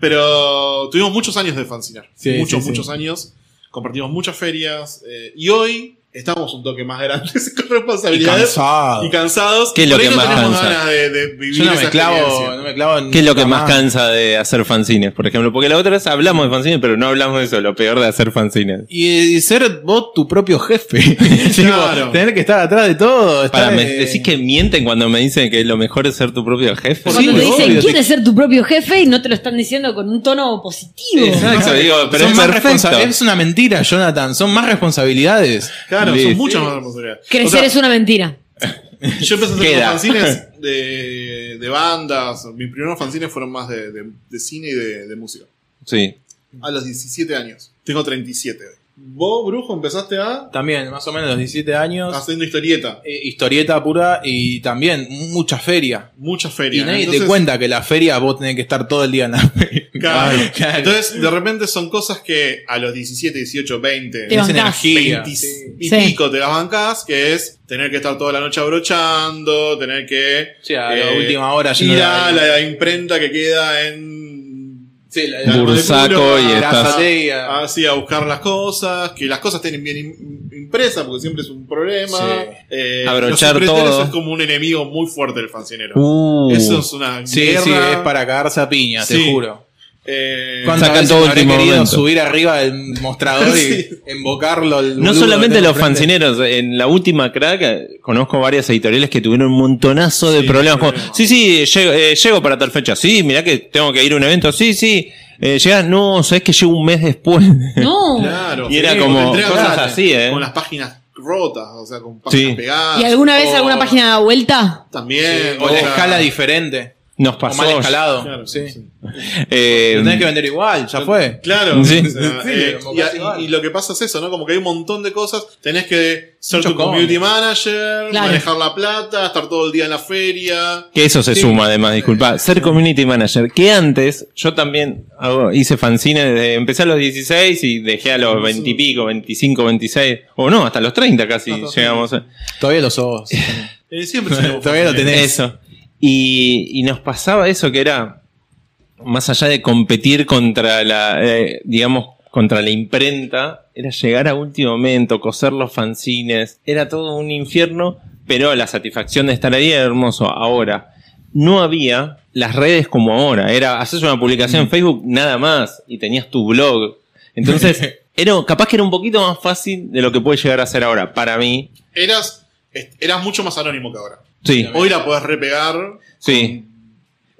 Pero tuvimos muchos años de fanzinar.
Sí,
muchos,
sí, sí.
muchos años. Compartimos muchas ferias. eh, y hoy estamos un toque más grandes [laughs] con responsabilidades.
Cansado.
Y cansados.
¿Qué es lo
Por ahí
que
no
más
tenemos
cansa?
ganas de, de vivir
Yo no
esa
me clavo,
experiencia.
no me clavo en
¿Qué es lo que
nunca
más cansa de hacer fanzines, por ejemplo? Porque la otra vez hablamos de fanzines, pero no hablamos de eso, lo peor de hacer fanzines.
Y eh, ser vos tu propio jefe. [laughs] Digo,
Claro.
tener que estar atrás de todo. estar,
Para, me,
eh,
decís que mienten cuando me dicen que lo mejor es ser tu propio jefe.
Cuando te
Sí,
dicen,
obvio,
¿quieres ser tu propio jefe? Y no te lo están diciendo con un tono positivo.
Exacto, digo, pero
son
es
más
perfecto.
responsa- Es una mentira, Jonathan. Son más responsabilidades.
Claro,
Sí.
son muchas más responsabilidades. O
Crecer
sea,
es una mentira.
Yo empecé a hacer
Queda.
unos fanzines de, de bandas. Mis primeros fanzines fueron más de, de- de cine y de, de música.
Sí.
A los 17 años. Tengo 37 hoy. Vos, brujo, empezaste a
También, más o menos, los 17 años.
haciendo historieta.
eh, historieta pura y también mucha feria.
Muchas
Y
ferias.
nadie te
¿eh? Entonces,
cuenta que la feria vos tenés que estar todo el día en la feria.
[laughs] claro.
[laughs] Claro.
Entonces, de repente son cosas que a los 17, 18, 20,
Te
Tenés
bancás.
energía.
20
Sí.
y
Sí.
pico te las bancás, que es tener que estar toda la noche abrochando, tener que
Sí, a
eh,
la última hora
ir
yendo
a
a la-
la imprenta que queda en
Sí, la,
la-
Bursaco y
Eh, la-
estás.
Brazatea.
así a buscar las cosas, que las cosas tienen bien im- impresas, porque siempre es un problema.
Sí.
Eh,
Abrochar
los impresores
todo.
es como un enemigo muy fuerte del fancinero.
Uh.
Eso es una
Sí,
guerra.
sí, es para cagarse a piña,
Sí.
te juro.
Eh,
¿Cuántas
Sacan
veces
todo
me habré
último
querido
momento.
subir arriba del mostrador
[laughs]
y embocarlo.
No
al boludo que
solamente
tengo
los
enfrente?
fancineros, en la última crack eh, conozco varias editoriales que tuvieron un montonazo de
Sí,
problemas. Como,
problemas.
sí, sí, llego, eh, llego para tal fecha. Sí, mirá que tengo que ir a un evento. Sí, sí. Eh, llegas, no, sabes que llego un mes después. [laughs]
No.
claro,
Y era
sí,
como
te entregan
cosas
con-
así, ¿eh?
Con las páginas rotas, o sea, con páginas
Sí.
pegadas.
¿Y alguna vez
o-
alguna página da vuelta?
También.
Sí, Eh, o la escala diferente.
Nos
O mal
pasó.
escalado.
Eh, ah. Claro,
sí.
sí.
Eh,
Lo tenés que vender igual, ya fue.
Claro,
Sí.
o sea,
Sí,
eh,
como
y, a-
casi igual.
y lo que pasa es eso, ¿no? Como que hay un montón de cosas. Tenés que ser
Mucho
tu community
cómic.
manager,
Claro.
manejar la plata, estar todo el día en la feria.
Que eso se
Sí.
suma además, disculpa. Ser community manager. Que antes, yo también hago- hice fanzine desde, empecé a los 16 y dejé a los 20 y pico, 25, 26, o no, hasta los 30 casi
Hasta los
llegamos. a-
Todavía los ojos.
Eh,
[laughs]
siempre se me-
Todavía lo tenés.
Eso. Y, y nos pasaba eso que era, más allá de competir contra la, eh, digamos, contra la imprenta, era llegar a último momento, coser los fanzines, era todo un infierno, pero la satisfacción de estar ahí era hermoso. Ahora, no había las redes como ahora, era, haces una publicación en Facebook nada más y tenías tu blog. Entonces, era, capaz que era un poquito más fácil de lo que puede llegar a ser ahora, para mí.
Eras, est- eras mucho más anónimo que ahora.
Sí,
Hoy la podés repegar.
sí.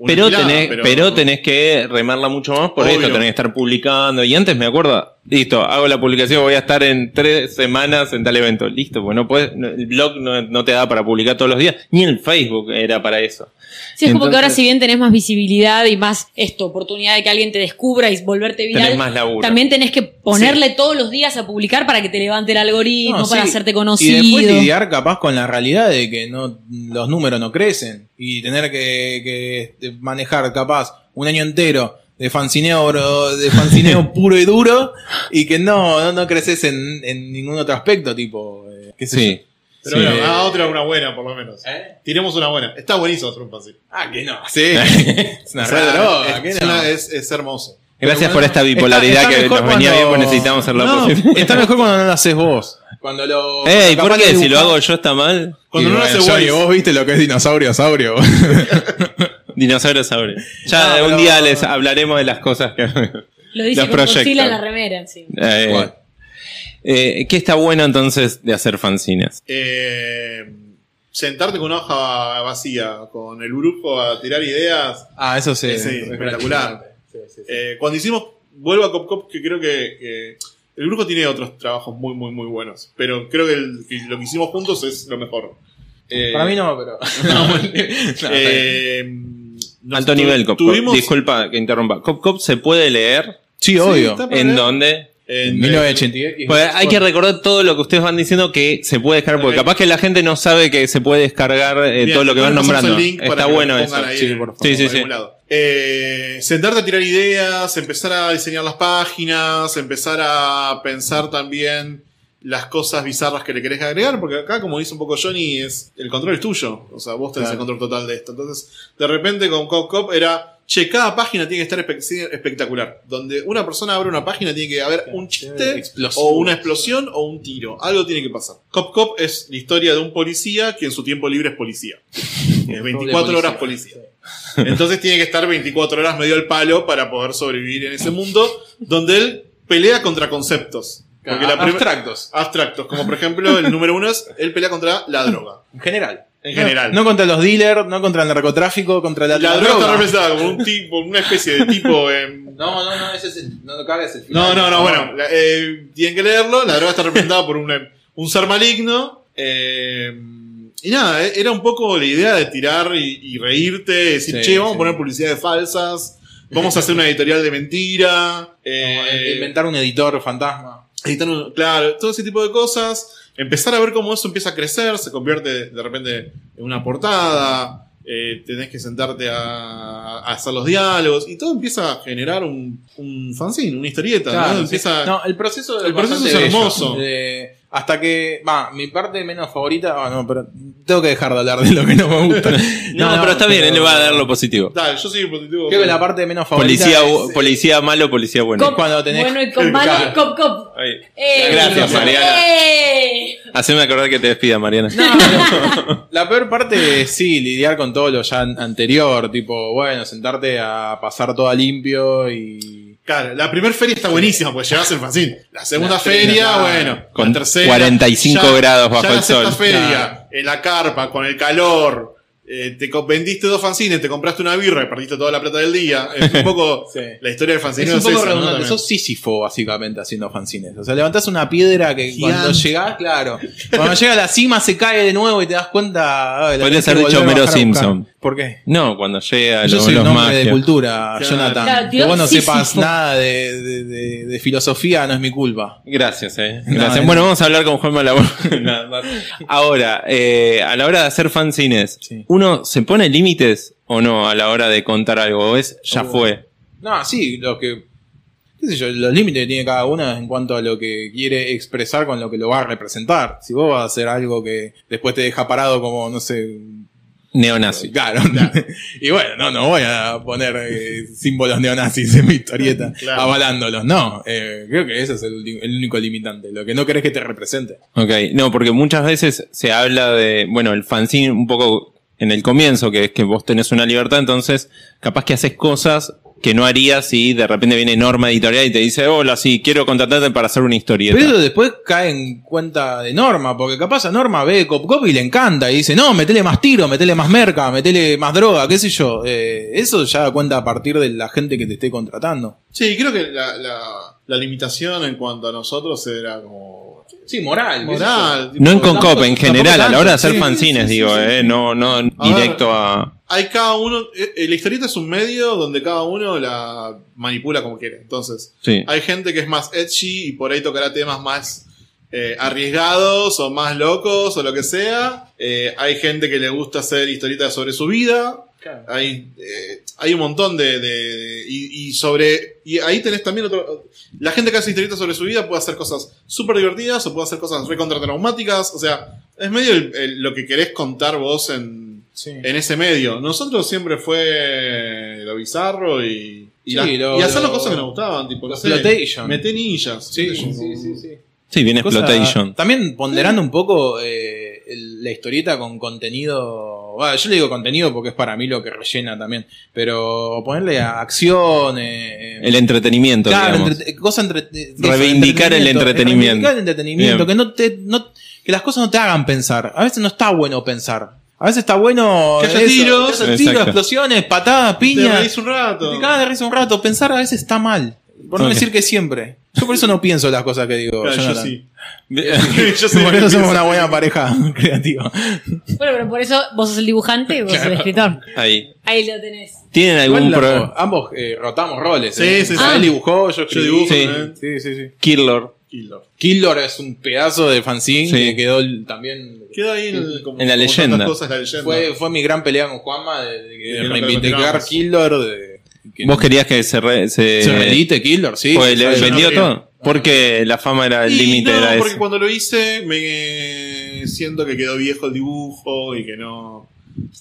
una
Pero,
gilada,
tenés, pero... tenés que remarla mucho más por
Obvio.
esto, tenés que estar publicando. Y antes me acuerdo, listo, hago la publicación, voy a estar en tres semanas en tal evento. Listo, pues no puedes, el blog no, no te da para publicar todos los días, ni el Facebook era para eso.
Sí, es como que ahora
Entonces-
si bien tenés más visibilidad y más esto, oportunidad de que alguien te descubra y volverte viral,
Tenés más laburo.
también tenés que ponerle todos los días a publicar para que te levante el algoritmo,
No, sí.
para hacerte
Y después
conocido.
lidiar capaz con la realidad de que no los números no crecen y tener que, que, este, manejar capaz un año entero de fancineo, bro,
[laughs]
de fancineo puro y duro y que no, no, no creces en, en ningún otro aspecto, tipo, eh, qué sé
Sí.
[laughs]
Pero
Sí.
bueno, ah, otra, una buena, por lo menos.
yo. ¿Eh?
Tiremos una buena. Está buenísimo hacer un fanzine.
Ah, que no.
[laughs]
Sí. es una
O
re
sea,
droga,
es-
que
es,
no.
una- es- es hermoso.
Gracias
Pero bueno,
por esta bipolaridad
está- está
que
mejor
nos venía bien,
cuando-
pues necesitamos hacerla
No, [laughs]
posible.
Está mejor cuando no lo haces vos. Cuando lo.
Ey,
capaz
¿por qué?
que
Si lo
dibujás-
hago yo está mal.
Cuando
Y
no lo
bueno,
hace
Johnny,
Waze.
vos viste lo que es dinosaurio, [laughs] saurio.
Dinosaurio sabe. Ya
No,
un
pero-
día les hablaremos de las cosas que...
Lo dice
los
con
proyectos.
Godzilla en la remera. sí.
Eh,
Bueno.
eh, ¿Qué está bueno entonces de hacer fanzines?
Eh, sentarte con una hoja vacía, con el brujo a tirar ideas.
Ah, eso sí.
Sí, espectacular. Eh, cuando hicimos, vuelvo a Cop Cop, que creo que, que el grupo tiene otros trabajos muy, muy, muy buenos. Pero creo que, el- que lo que hicimos juntos es lo mejor. Eh,
Para mí no, pero. [laughs]
eh, nos
Alto
tu-
nivel, Cop Cop.
Tuvimos
Disculpa que interrumpa. Cop Cop se puede leer
sí, obvio.
está-
en donde.
en,
En 1980.
Pues hay que recordar todo lo que ustedes van diciendo que se puede descargar, porque
Ok.
capaz que la gente no sabe que se puede descargar eh,
Bien,
todo lo que van
ahora pasamos
nombrando.
el link para
Está
que lo
bueno eso.
pongan ahí en-
Sí, sí, [laughs]
en algún
sí.
lado. Eh, sentarte a tirar ideas, empezar a diseñar las páginas, empezar a pensar también las cosas bizarras que le querés agregar, porque acá, como dice un poco Johnny, es el control es tuyo. O sea, vos tenés
Claro.
el control total de esto. Entonces, de repente con Cop Cop era. Che, cada página tiene que estar espe- sí, espectacular. Donde una persona abre una página tiene que haber un chiste
Explosivo.
o una explosión o un tiro. Algo tiene que pasar. Cop Cop es la historia de un policía que en su tiempo libre es policía. Es 24 horas policía. Entonces tiene que estar 24 horas medio al palo para poder sobrevivir en ese mundo donde él pelea contra conceptos. Porque la
Ah,
prim-
Abstractos.
abstractos, como por ejemplo el número uno es él pelea contra la droga.
En general.
En general.
No, no contra los dealers, no contra el narcotráfico, contra la,
la, droga, está
droga.
representada como un tipo, una especie de tipo em,
No, no, no, ese es el. No lo cagues el
No,
final.
no, no, bueno, la- eh, tienen que leerlo. La droga está representada por un, un ser maligno. eh, y nada, eh, era un poco la idea de tirar y, y reírte, decir,
Sí,
che, vamos
sí.
a poner publicidades falsas, vamos a hacer una editorial de mentira,
Como
eh,
Inventar un editor fantasma.
editar un- claro, todo ese tipo de cosas. Empezar a ver cómo eso empieza a crecer, se convierte de repente en una portada, eh, tenés que sentarte a, a hacer los diálogos y todo empieza a generar un, un fanzine, una historieta, ¿no?
sí.
Empieza,
No, el proceso,
El proceso
bastante
es hermoso.
bello. Eh, hasta que, va, mi parte menos favorita, ah, no, pero tengo que dejar de hablar de lo que no me
[laughs]
gusta.
No, pero está bien, él le va a dar lo positivo.
Dale, yo pues, soy positivo.
Creo que la parte menos favorita
Policía,
es, eh,
policía malo, policía bueno.
Cop,
cuando tenés-
Bueno, y con malo y cop, cop.
Ahí.
Eh,
Gracias,
eh,
Mariana.
eh.
Haceme acordar que te despida, Mariana.
La peor parte es, sí, lidiar con todo lo ya an- anterior, tipo, bueno, sentarte a pasar todo a limpio y...
Claro, la primera feria está buenísima, pues llegás en Francín. La segunda
La
feria,
feria, claro.
bueno.
Con
la tercera.
45 grados bajo
ya la
el sol.
sexta feria,
Claro.
en la carpa, con el calor. eh, te co- vendiste dos fanzines, te compraste una birra y perdiste toda la plata del día.
[laughs]
Es un poco
Sí.
la historia del fanzine.
Es un poco redundante, sos Sísifo básicamente haciendo fanzines. O sea, levantás una piedra que
Gigante.
cuando llegás, claro, cuando llega a la cima se cae de nuevo y te das cuenta... ay, la
Podría
tenés que
ser dicho
volver a
Homero
bajar a buscar.
Simpson.
¿Por qué?
No, cuando llega
Yo
los,
soy un
los
hombre de
magios.
cultura,
Claro.
Jonathan.
Claro,
que vos no
Sísifo.
sepas nada de, de- de- de filosofía no es mi culpa.
Gracias, eh. Gracias.
No,
bueno, vamos a hablar con Juan Malabón.
[laughs]
Nada más. Ahora, eh, a la hora de hacer fanzines,
Sí.
¿uno se pone límites o no a la hora de contar algo? ¿O es ya
Oh.
fue?
No, sí, lo que. qué sé yo, los límites que tiene cada uno en cuanto a lo que quiere expresar con lo que lo va a representar. Si vos vas a hacer algo que después te deja parado como, no sé.
Neonazi.
Claro. [laughs] y bueno, no, no voy a poner eh, símbolos neonazis en mi historieta
Claro.
avalándolos. No, eh, creo que ese es el, ulti- el único limitante. Lo que no querés que te represente.
Ok, no, porque muchas veces se habla de, bueno, el fanzine un poco en el comienzo, que es que vos tenés una libertad, entonces capaz que haces cosas que no harías si de repente viene norma editorial y te dice, hola, sí, quiero contratarte para hacer una historieta.
Pero eso después cae en cuenta de Norma, porque capaz a Norma ve Cop Cop y le encanta y dice, no, metele más tiro, metele más merca, metele más droga, qué sé yo. Eh, eso ya da cuenta a partir de la gente que te esté contratando.
Sí, creo que la, la- la limitación en cuanto a nosotros era como.
Sí, moral. qué sé yo.
moral. tipo,
no en Concop,
tampoco-
en general, a la
tampoco
hora de
tanto,
hacer
sí,
fanzines,
sí, sí,
digo,
sí, Ah. sí.
eh, no, no directo a...
Hay cada uno. eh, eh, La historieta es un medio donde cada uno la manipula como quiere. Entonces,
Sí.
hay gente que es más edgy y por ahí tocará temas más eh, arriesgados o más locos o lo que sea. Eh, hay gente que le gusta hacer historietas sobre su vida. Hay, eh, hay un montón de. de- y, y sobre. Y ahí tenés también otro. La gente que hace historietas sobre su vida puede hacer cosas súper divertidas o puede hacer cosas recontra traumáticas. O sea, es medio el- el- lo que querés contar vos en,
Sí.
en ese medio. Nosotros siempre fue lo bizarro y, y,
Sí,
la-
lo-
y hacer las
lo-
cosas que nos gustaban, tipo, no sé,
Exploitation.
meté ninjas.
Sí,
qué sé yo,
sí,
como-
sí, sí.
Sí, viene
Cosa-
Exploitation.
También ponderando un poco eh, el- la historieta con contenido. Bueno, yo le digo contenido porque es para mí lo que rellena también. Pero ponerle a acción. eh, eh,
El entretenimiento,
Claro,
digamos.
entrete- cosa entre- eh, eso,
Reivindicar el entretenimiento.
Reivindicar el entretenimiento,
Bien.
que, no te, no, que las cosas no te hagan pensar. A veces no está bueno pensar. A veces está bueno.
Que haya
eso,
tiros.
que haya tiros,
Exacto.
explosiones, patadas,
Te
piñas.
reís un rato.
Te cagas de risa un rato. Pensar a veces está mal. Por no
Ok.
decir que siempre. Yo por eso no pienso las cosas que digo.
Claro, yo
Jonathan. [laughs]
sí. Yo sí.
Por eso somos una buena pareja [laughs] creativa.
Bueno, pero por eso vos sos el dibujante y vos sos el escritor.
[laughs] Ahí.
Ahí lo tenés.
¿Tienen algún
Igual
problema?
ambos- Ambos eh, rotamos roles.
Sí,
eh.
sí, sí.
Ah, Él dibujó, yo
Yo
escribí.
dibujo.
Sí.
¿eh?
Sí, sí, sí.
Killer.
Killer.
Killor es un pedazo de fanzine
Sí.
que quedó el- también.
Queda ahí en, el- como-
En la
como tantas
leyenda.
Cosas, la leyenda.
Fue, fue mi gran pelea con Juanma de, de,
que no
reivindicar
continuamos.
Killor. De, que
¿Vos querías que se, re- se,
se redite Killor, sí.
fue- le-
yo no
vendió
quería.
todo? Porque la fama era el
Y
límite,
no,
era
porque
ese.
cuando lo hice me siento que quedó viejo el dibujo y que no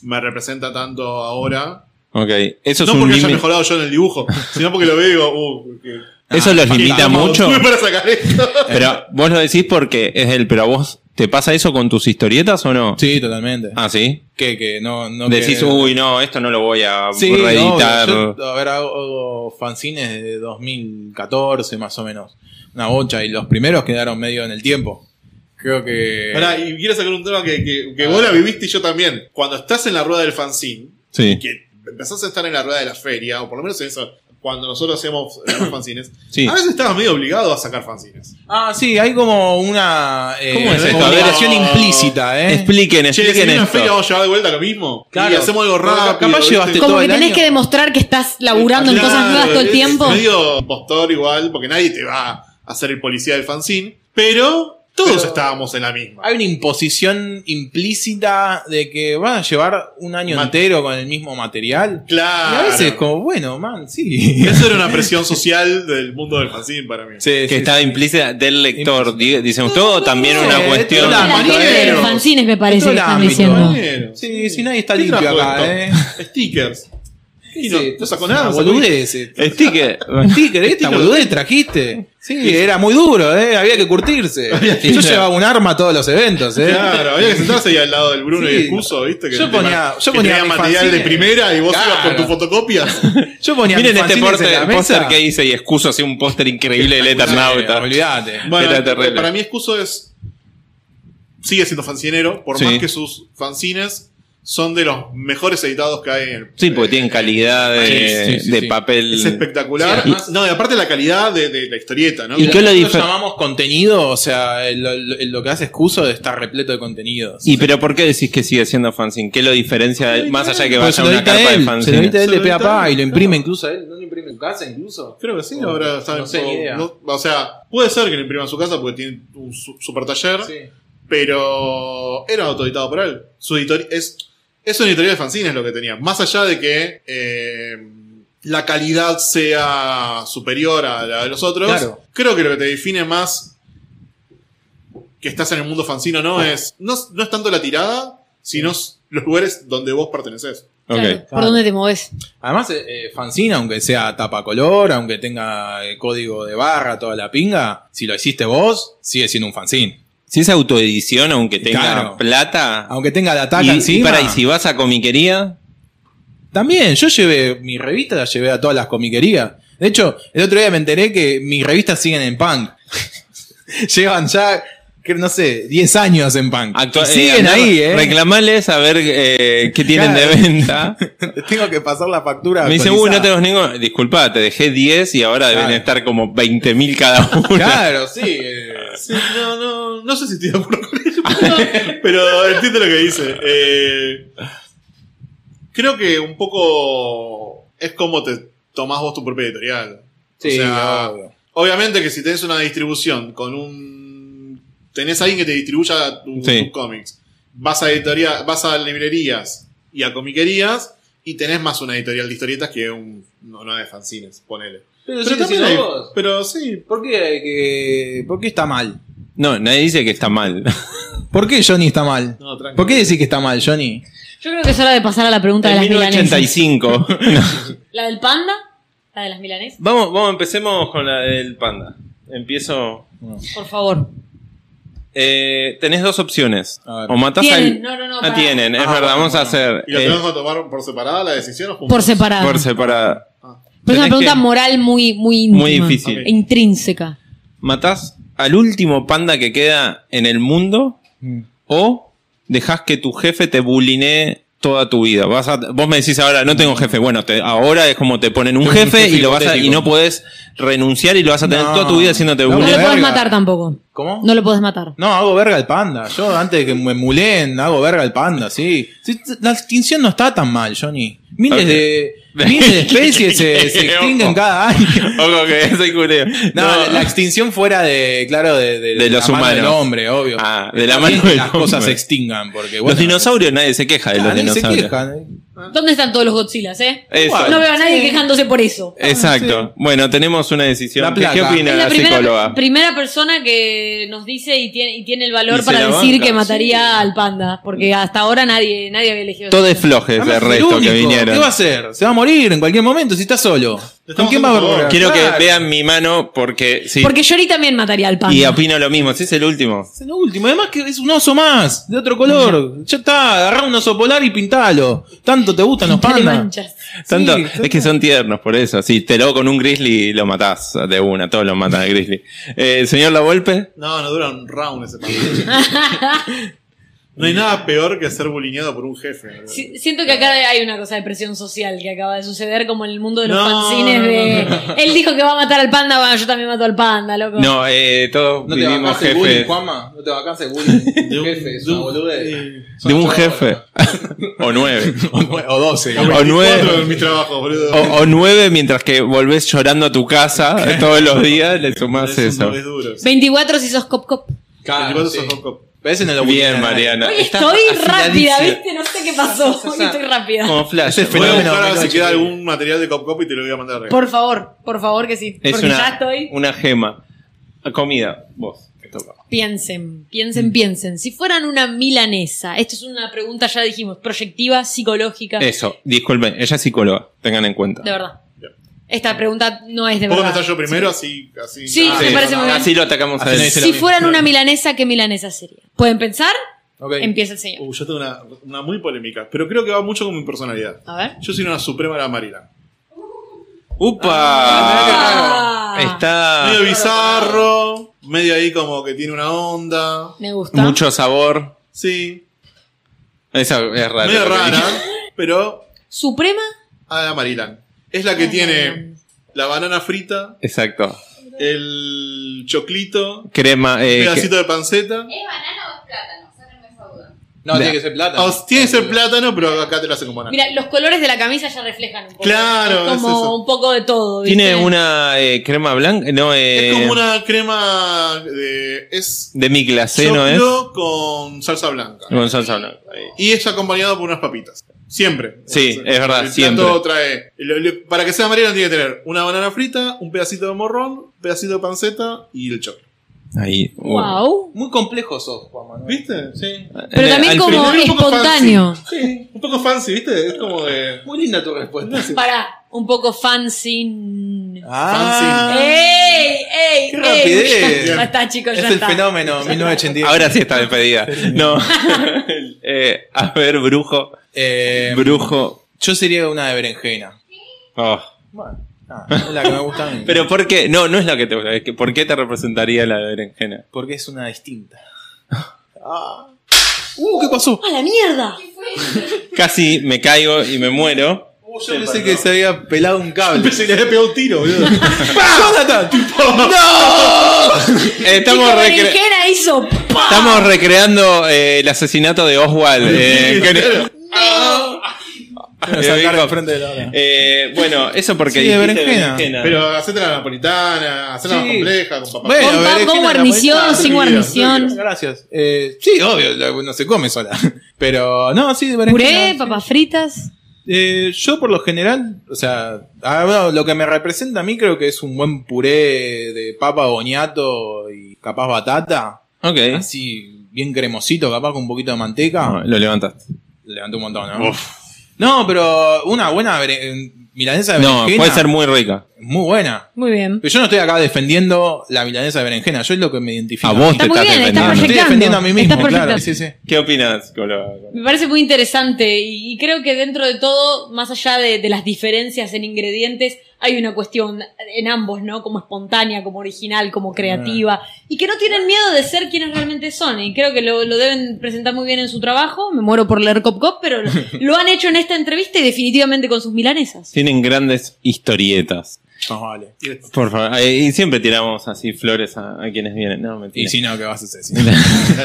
me representa tanto ahora.
Ok. Eso es
no
un
porque haya
límite.
mejorado yo en el dibujo, sino porque lo veo y digo, uh, que-
Eso los
que-
limita
vamos,
mucho.
fui [laughs] para sacar esto.
Pero vos lo decís porque es él, pero a vos, ¿te pasa eso con tus historietas o no?
Sí, totalmente.
Ah, sí.
Que, que no, no
Decís,
que-
uy, no, esto no lo voy a
Sí, no,
reeditar.
yo, a ver, hago, hago fanzines de 2014 más o menos. Una bocha. Y los primeros quedaron medio en el tiempo. Creo que...
Pará, y quiero sacar un tema que, que- que vos la viviste y yo también. Cuando estás en la rueda del fanzine,
sí,
que empezás a estar en la rueda de la feria, o por lo menos en eso, cuando nosotros hacíamos eh, los fanzines,
sí.
a veces estabas medio obligado a sacar fanzines.
Ah, sí, hay como una eh,
¿Cómo es esto? A ver,
obligación implícita, ¿eh?
Expliquen,
Che, si en
expliquen
una feria
esto.
vamos a llevar de vuelta lo mismo.
Claro.
Y hacemos algo
Pero
rápido.
capaz
¿viste?
llevaste
Como
todo
que
el
tenés
año.
que demostrar que estás laburando en
Claro,
cosas nuevas todo el
es
tiempo.
Medio postor igual, porque nadie te va a hacer el policía del fanzine, pero Todos
Pero-
estábamos en la misma.
Hay una imposición implícita de que van a llevar un año
Ma-
entero con el mismo material. Y
Claro.
a veces como, bueno, man,
[laughs]
sí.
Eso era una presión social del mundo del fanzine para mí.
que estaba implícita del lector, di- dicen ustedes, o también
no,
una
de
Eh,
todas
cuestión.
las
La
Las
piel de
maneras.
los fanzines me parece
Todo
que
el
están
ámbito,
diciendo.
¿eh? Sí, sí, nadie está
¿Qué
limpio
trajo
acá,
esto?
¿eh?
Stickers. Y no,
Sí,
no sacó
es
nada.
una
no sacó-
boludez. eh.
[laughs] Sticker.
Sticker, esta boludez trajiste. Sí, era muy duro, ¿eh? Había que
[laughs]
curtirse. Yo llevaba un arma a todos los eventos, ¿eh?
Claro, había que sentarse ahí al lado del Bruno
Sí.
y el Cuso, ¿viste? Que
Yo
te ma-
ponía- yo
que
ponía
traía
mi
material
fanzine.
de primera y vos
Claro.
ibas con tus
[laughs]
fotocopias.
Yo ponía
Miren
mis
este
fanzines en
porte-
la
póster
mesa.
que hice y excuso así un póster increíble del Eternauta.
Olvídate.
Bueno,
Era terrible.
para mí Excuso es. Sigue siendo fancinero, por
Sí.
más que sus fanzines son de los mejores editados que hay en el.
Sí, pues, porque tienen calidad de,
Sí, sí, sí,
de
sí.
papel.
Es espectacular.
Sí,
no, y aparte la calidad de, de la historieta, ¿no?
¿Y qué lo
Nosotros
difer-
llamamos contenido, o sea, el- el- el- lo que hace excuso está repleto de contenidos.
¿Y pero por qué decís que sigue siendo fanzine? ¿Qué lo diferencia de- más allá de que
Porque Pues se
vaya a
lo
una
edita
carpa de
él, se lo
fanzine?
edita él de
Se lo
pe a
edita
pa
él,
y lo imprime incluso a él, no lo imprime en casa incluso.
Creo que sí, ahora saben
No sé,
todo.
ni idea.
No- o sea, puede ser que lo imprima en su casa porque tiene un su- super taller,
Sí.
pero era autoeditado por él. Su editor es, es una editorial de fanzines lo que tenía. Más allá de que eh, la calidad sea superior a la de los otros,
Claro.
creo que lo que te define más que estás en el mundo fanzino no es, no, es- no es tanto la tirada, sino es los lugares donde vos perteneces.
Ok.
Claro, ¿Por dónde te moves?
Además, eh, eh, fanzine, aunque sea tapa color, aunque tenga eh, código de barra, toda la pinga, si lo hiciste vos, sigue siendo un fanzine.
Si es autoedición, aunque tenga
Claro.
plata.
Aunque tenga la taca
Y, y
encima.
para, y si vas a comiquería,
También, yo llevé mi revista, la llevé a todas las comiquerías. De hecho, el otro día me enteré que mis revistas siguen en punk. [laughs] Llevan ya, que no sé, 10 años en punk.
actua-
Y
eh,
siguen
andá,
ahí, ¿eh?
Reclamales a ver eh, qué tienen de
Claro.
venta.
[laughs] Tengo que pasar la factura.
Me dice, uy,
actualizada".
no tenemos ningún. Disculpa, te dejé 10 y ahora deben
Claro.
estar como 20.000 cada [laughs] uno.
Claro, sí. eh,
Sí, no, no, no sé si estoy de acuerdo con eso, pero, pero entiendo lo que dice. Eh, creo que un poco es como te tomás vos tu propia editorial.
sí,
o sea,
obvio.
obviamente que si tenés una distribución con un... tenés alguien que te distribuya tu-
Sí.
tus cómics, vas a, editoria, vas a librerías y a comiquerías y tenés más una editorial de historietas que un, una de fanzines, ponele.
Pero,
Pero,
sí,
también
sí,
hay-
vos.
pero sí,
¿Por qué, hay que- ¿Por qué está mal?
No, nadie dice que está mal.
¿Por qué Johnny está mal?
No, tranquilo.
¿Por qué decís que está mal, Johnny?
Yo creo que es hora de pasar a la pregunta de
En
las milanesas.
1985.
[laughs]
No.
¿La del panda? ¿La de las milanesas?
Vamos, vamos, empecemos con la del panda. Empiezo.
Por favor.
Eh, tenés dos opciones.
A ver.
O matás
Tienen,
al-
no, no, no.
Ah,
para-
tienen, es
Ah,
verdad. Vamos a
bueno.
hacer
¿Y lo
eh,
tenemos que tomar por separada la decisión o juntos?
Por separado.
por separada.
Ah.
Pero es una
Tenés
pregunta
que-
moral muy, muy íntima,
Muy difícil.
e Intrínseca.
¿Matás al último panda que queda en el mundo? ¿O dejás que tu jefe te bulinee toda tu vida? Vas a- vos me decís ahora, no tengo jefe. Bueno, te- ahora es como te ponen un
Tengo un
jefe
jefe
y, lo vas a, y
hipotético.
no podés renunciar y lo vas a tener
No.
toda tu vida haciéndote
No,
No
bullying.
lo
verga.
puedes matar tampoco.
¿Cómo?
No lo puedes matar.
No, hago verga al panda. Yo antes de que me mulen, hago verga al panda, sí. Sí, La extinción no está tan mal, Johnny. Miles
Ok. [laughs]
de, miles de especies se, se extinguen
Ojo.
cada año.
[laughs] [laughs] Ojo que soy culero.
No, la- la extinción fuera de, claro, de,
De
la
los
mano del
humanos.
hombre, obvio.
Ah, de la
Está bien
mano
que
del
las cosas se
hombre.
extingan, porque
los dinosaurios, nadie se queja de los
nadie se ¿eh?
dinosaurios.
quejan.
¿Dónde están todos los Godzillas, eh?
Eso.
No veo a nadie quejándose por eso.
Exacto. Bueno, tenemos una
Ah, La
decisión. ¿Qué,
placa.
qué opina
Es
la,
la primera,
psicóloga?
primera persona que nos dice y tiene, y tiene el valor
Y se
para
la
decir
banca,
que mataría al panda. Porque hasta ahora nadie, nadie había elegido
Todo
esa
es
opción.
floje
Además,
el
es el
resto que
único. ¿Qué va a
vinieron.
hacer? Se va a morir en cualquier momento si está solo. ¿Con
estamos
quién va a
haciendo
correr?
favor.
Quiero
Claro.
que vean mi mano porque sí.
Porque Yori también mataría al panda.
y opino lo mismo. Si es el último.
Es el último. Además que es un oso más, de otro color. Ya está, agarrá un oso polar y pintalo. Tanto te gustan los
Te
pandas.
manchas.
Tanto,
Sí,
es que son tiernos, por eso. Si te lo con un grizzly, lo matás de una. Todos lo matan al grizzly. Eh, señor La Volpe,
No, no dura un round ese partido. [laughs] no hay nada peor que ser bulineado por un jefe. ¿verdad?
Si- Siento que acá hay una cosa de presión social que acaba de suceder, como en el mundo de los
No,
fanzines
no, no,
de.
no,
Él dijo que va a matar al panda, bueno, yo también mato al panda, loco.
no, eh, todos vivimos jefe
Juanma. No te vacas el bullying. [laughs]
De un- de un- eh,
de un jefe. [laughs] o nueve.
O, nue- o 12.
a
O
24
nueve.
en mi trabajo, boludo.
O, o nueve mientras que volvés llorando a tu casa todos los eh, días, le sumás
Es un-
eso.
es duro.
24 si sos cop cop.
Claro,
24
sí.
son Robocop.
Ves en el
Bien,
Wikipedia.
Mariana.
Hoy
Estás
estoy rápida,
afiladísima.
¿viste? No sé qué pasó. Hoy estoy rápida.
Como Flash.
Ese
Voy a
Fenómeno,
buscar a ver si
Meloche.
queda algún material de Cop Cop y te lo voy a mandar. a
Por favor, por favor que sí.
Es
porque ya
una,
estoy.
una gema. Comida, vos. te toca.
Piensen,
Mm.
piensen, piensen. Si fueran una milanesa, esto es una pregunta, ya dijimos, proyectiva, psicológica.
Eso, disculpen, ella es psicóloga, tengan en cuenta.
De verdad.
Bien.
Esta pregunta no es de
¿Puedo
verdad.
contestar yo primero? Así, así.
Sí,
Ah,
me
Sí,
parece muy bien.
Así lo atacamos a
Así no
él.
dice
Si
la-
fueran una milanesa, ¿qué milanesa sería? ¿Pueden pensar?
Ok.
Empieza el señor.
Uh, yo tengo una, una muy polémica, pero creo que va mucho con mi personalidad.
A ver.
Yo soy una suprema la Marina.
¡Upa!
Ah.
Está
medio bizarro, medio ahí como que tiene una onda.
Me gusta.
mucho sabor.
Sí,
Esa es rara.
medio rara,
[laughs]
pero
Suprema.
a la Marilán. Es la
Ah.
que tiene la banana frita,
Exacto.
el choclito,
Crema.
un
eh,
pedacito de panceta.
¿Es banana o es plátano? Sáquenme esa duda.
No, tiene que ser plata. Eh,
O Ah, Oh, tiene que
Eh.
ser plátano, pero acá te lo hacen con banana.
Mira, los colores de la camisa ya reflejan un poco.
Claro,
Es
es
como
eso.
un poco de todo.
que
¿viste?
tiene una eh, crema blanca. No, eh,
es como una crema de... Es
de mi clase, ¿no es?
choclo con salsa blanca.
Con salsa blanca.
Y es acompañado por unas papitas. Siempre.
Sí,
O sea,
es verdad,
el plato
siempre.
trae. lo- lo- para que sea amarilla tiene que tener una banana frita, un pedacito de morrón, un pedacito de panceta y el choclo.
Ahí. bueno.
Wow.
Muy complejo sos, Juan Manuel.
¿Viste? Sí.
Pero
Eh,
también
al
como
principio un poco
espontáneo.
Sí, un poco fancy, ¿viste? Es como de.
Muy linda tu respuesta.
Para, un poco fancy.
Ah,
¡Ey! ¡Ey!
¡Qué
ey!
rapidez!
Ya está, chicos,
es
ya
el
está.
fenómeno, 1982.
Ahora sí está despedida. No. [laughs] Eh, a ver, brujo.
Eh,
Brujo.
yo sería una de berenjena.
Oh.
Bueno, nada, es la que me gusta a mí.
[laughs] Pero ¿por qué? No, no es la que te gusta. Es que ¿Por qué te representaría la de berenjena?
Porque es una distinta. Ah. Uh, ¿qué pasó?
¡A la mierda!
Casi me caigo y me
[laughs]
muero.
Uh, yo pensé que se había pelado un cable.
Pensé que le había pegado un
[laughs]
tiro, boludo.
¡Jonathan!
[laughs]
[laughs]
Estamos,
Dijo
recre-
berenjena, hizo ¡pa!
estamos recreando eh, el asesinato de Oswald. eh, que-
Ah. Nos
Eh,
sacaron
dijo-
enfrente de la hora.
Eh, bueno, eso porque
Sí, de
dijiste
berenjena.
Pero hacete la napolitana, hacete la
Sí.
más compleja, con
[laughs]
papá.
Bueno,
Con pan,
berenjena
con
la
guarnición,
vuelta.
sin guarnición.
Gracias. Eh, sí, obvio, la- no se come sola. [laughs] Pero no, sí, de berenjena.
Puré,
sí.
papas fritas.
Eh, yo por lo general, o sea, ah, bueno, lo que me representa a mí creo que es un buen puré de papa boñato y capaz batata,
Ok.
así bien cremosito, capaz con un poquito de manteca.
No, lo levantaste.
Levanté un montón, ¿no? No, pero una buena bere- milanesa de
No,
berenjena.
puede ser muy rica.
muy buena.
Muy bien.
Pero yo no estoy acá defendiendo la milanesa de berenjena, yo es lo que me identifico.
A vos
Está
te
muy
estás
bien, está
defendiendo.
Ah, me estoy
proyectando.
defendiendo a mí mismo,
Estás
claro.
proyectando.
Sí, sí.
¿Qué opinas, Colo?
Me parece muy interesante y y creo que dentro de todo, más allá de, de las diferencias en ingredientes, hay una cuestión en ambos, ¿no? Como espontánea, como original, como creativa y que no tienen miedo de ser quienes realmente son y creo que lo, lo deben presentar muy bien en su trabajo. Me muero por leer Cop Cop, pero lo, [laughs] lo han hecho en esta entrevista y definitivamente con sus milanesas.
Tienen grandes historietas.
Más vale.
Por favor. eh, Y siempre tiramos así flores a, a quienes vienen. No, mentira.
Y si no, ¿qué vas a hacer? [laughs] Sí.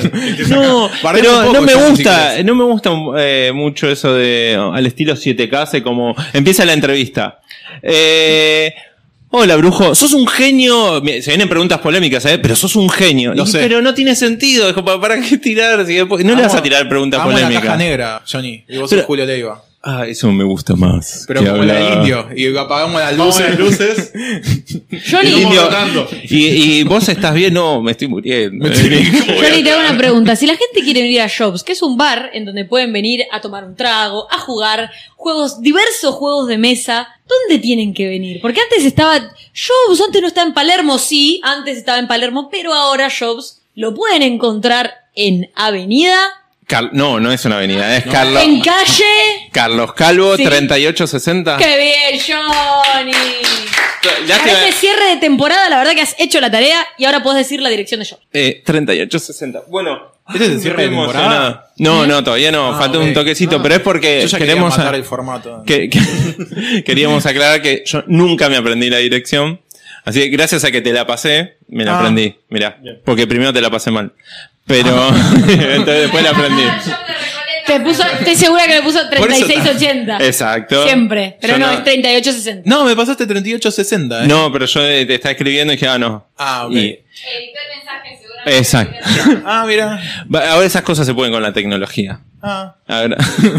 No,
Bardeame un
pero
poco,
no me
Charlie, si
gusta,
querés.
no me gusta eh, mucho eso de oh, al estilo 7K, se como empieza la entrevista. Eh, hola, brujo, sos un genio. Mira, Se vienen preguntas polémicas, ¿eh? Pero sos un genio.
Lo
Y,
sé.
Pero no tiene sentido, dijo, ¿pa- ¿para qué tirar? Si después- no le
Amo-
vas a tirar preguntas
amo
polémicas.
la caja negra, Johnny. Y vos
Pero-
sos Julio Leiva.
Ah, eso me gusta más.
Pero
que
como la
hablar.
del indio. Y apagamos las
Vamos
luces.
a las luces.
El
Johnny,
indio-
rotando.
Y, y vos estás bien, no, me estoy muriendo. eh.
Johnny, te hago una pregunta. Si la gente quiere venir a Jobs, que es un bar en donde pueden venir a tomar un trago, a jugar juegos, diversos juegos de mesa, ¿dónde tienen que venir? Porque antes estaba, Jobs antes no estaba en Palermo, sí, antes estaba en Palermo, pero ahora Jobs lo pueden encontrar en Avenida,
Car- no, no es una avenida, es Carlos.
en calle.
Carlos Calvo,
Sí.
3860.
¡Qué bien, Johnny! Para
Ah. Lástima-
este cierre de temporada, la verdad que has hecho la tarea y ahora podés decir la dirección de Jobs.
Eh, 38.60. Bueno,
¿Este es el cierre de
me
temporada?
emociona. No, no, todavía no.
Ah,
falta
ok.
un toquecito,
Ah.
pero es porque
Yo ya quería
Eh, queremos
matar
a-
el formato.
que- que- [laughs] queríamos aclarar que yo nunca me aprendí la dirección. Así que gracias a que te la pasé, me la
Ah.
aprendí. Mirá, porque primero te la pasé mal. Pero
[laughs]
[laughs] entonces después la aprendí.
Te puso, estoy segura que le puso 3680.
Exacto.
Siempre, pero
Yo
no, es 3860.
No, me pasaste 3860. ¿eh?
No, pero yo eh, te estaba escribiendo y dije, ah, no.
Ah, ok.
Y-
Editó el mensaje, seguramente.
Exacto.
Ah, mira.
Va- Ahora esas cosas se pueden con la tecnología.
Ah.
Ahora. [laughs]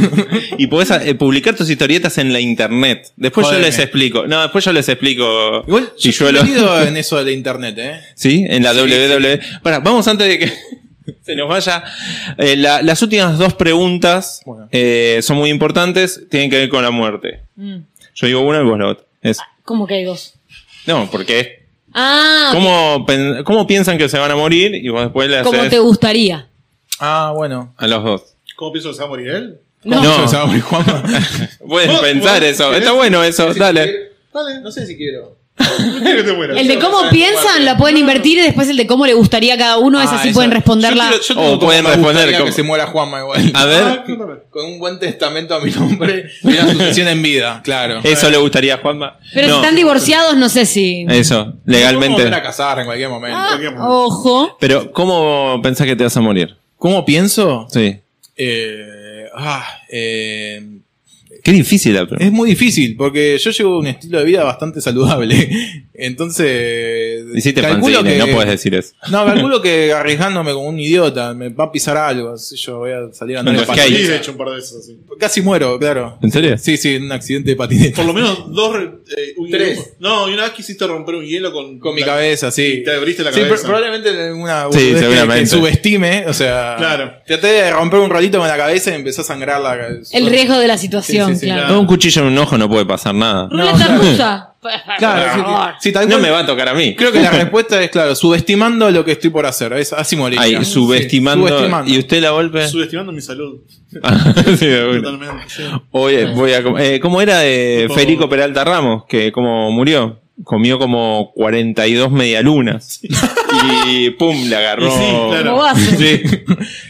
y podés eh, publicar tus historietas en la internet. Después
Jodeme.
yo les explico. No, después yo les explico.
Igual yo estoy
Pilluelo.
metido en eso de la internet, ¿eh?
[laughs] Sí, en la www. Pará, vamos antes de que [laughs] se nos vaya. Eh, la- las últimas dos preguntas
Bueno.
eh, son muy importantes, tienen que ver con la muerte.
Mm. Ah.
Yo digo una y vos la otra. Es-
¿Cómo que hay dos?
no, porque
Ah,
¿cómo, pen- ¿cómo piensan que se van a morir y vos después le
como
haces
te gustaría.
Ah, bueno.
a los
[laughs]
dos?
¿Cómo pienso que se va a morir él?
No.
No.
Se va a morir Juanma.
Pueden
Vos-
pensar
vos-
eso.
¿querés-
Está bueno eso, dale.
Dale, no sé si quiero. No quiero que te mueras.
El de cómo piensan la pueden invertir y después el de cómo le gustaría a cada uno, es
Ah,
así
esa-
pueden
yo
responderla.
quiero- yo- O Oh, pueden
Me
responder
gustaría
como-
que se muera Juanma igual.
A
Ah,
ver,
contame.
Con un buen testamento a mi nombre, y la sucesión en vida, claro.
eso le gustaría a Juanma.
Pero
No, Eh,
si están divorciados, no sé si.
Eso,
Podemos
legalmente.
volver a casar en cualquier momento.
Ah,
cualquier momento.
ojo.
Pero, ¿cómo pensás que te vas a morir?
¿Cómo pienso?
Sí.
Eh, ah, eh,
Qué difícil la pregunta.
es muy difícil porque yo llevo un estilo de vida bastante saludable. [laughs] Entonces,
Hiciste fanzine, no podés decir eso.
No, calculo que arriesgándome como un idiota me va a pisar algo. qué sé yo voy a salir a andar en
Los que hay.
Sí,
patineta.
de hecho, un par de esos así.
Casi muero, claro.
¿En serio?
Sí, sí, en un accidente de patineta.
Por lo menos dos. re- eh, un
Tres.
hielo- No, y una vez quisiste romper un hielo con.
Con mi cabeza, sí.
Y te abriste la
Sí,
cabeza.
pr- probablemente una
Sí,
vez que-
seguramente.
que subestime, o sea,
Claro.
traté de romper un rolito con la cabeza y empezó a sangrar la cabeza.
El riesgo de la situación,
Sí, sí, sí,
claro.
No, un cuchillo en un ojo no puede pasar nada.
Ruleta
claro.
rusa.
Claro, sí,
Claro.
sí, tal
No
cual.
me va a tocar a mí.
Creo que la respuesta es claro, subestimando lo que estoy por hacer, es así moriría.
Ahí,
Sí,
subestimando.
subestimando.
¿Y usted la golpe?
Subestimando mi salud.
[laughs] Sí, de una.
Totalmente. sí.
Oye, voy a. com- eh, ¿Cómo era de
Tipo-
Federico Peralta Ramos? Que como murió. Comió como 42 medialunas. [laughs] Y pum, le agarró.
Y sí, claro.
Bobazo.
Sí.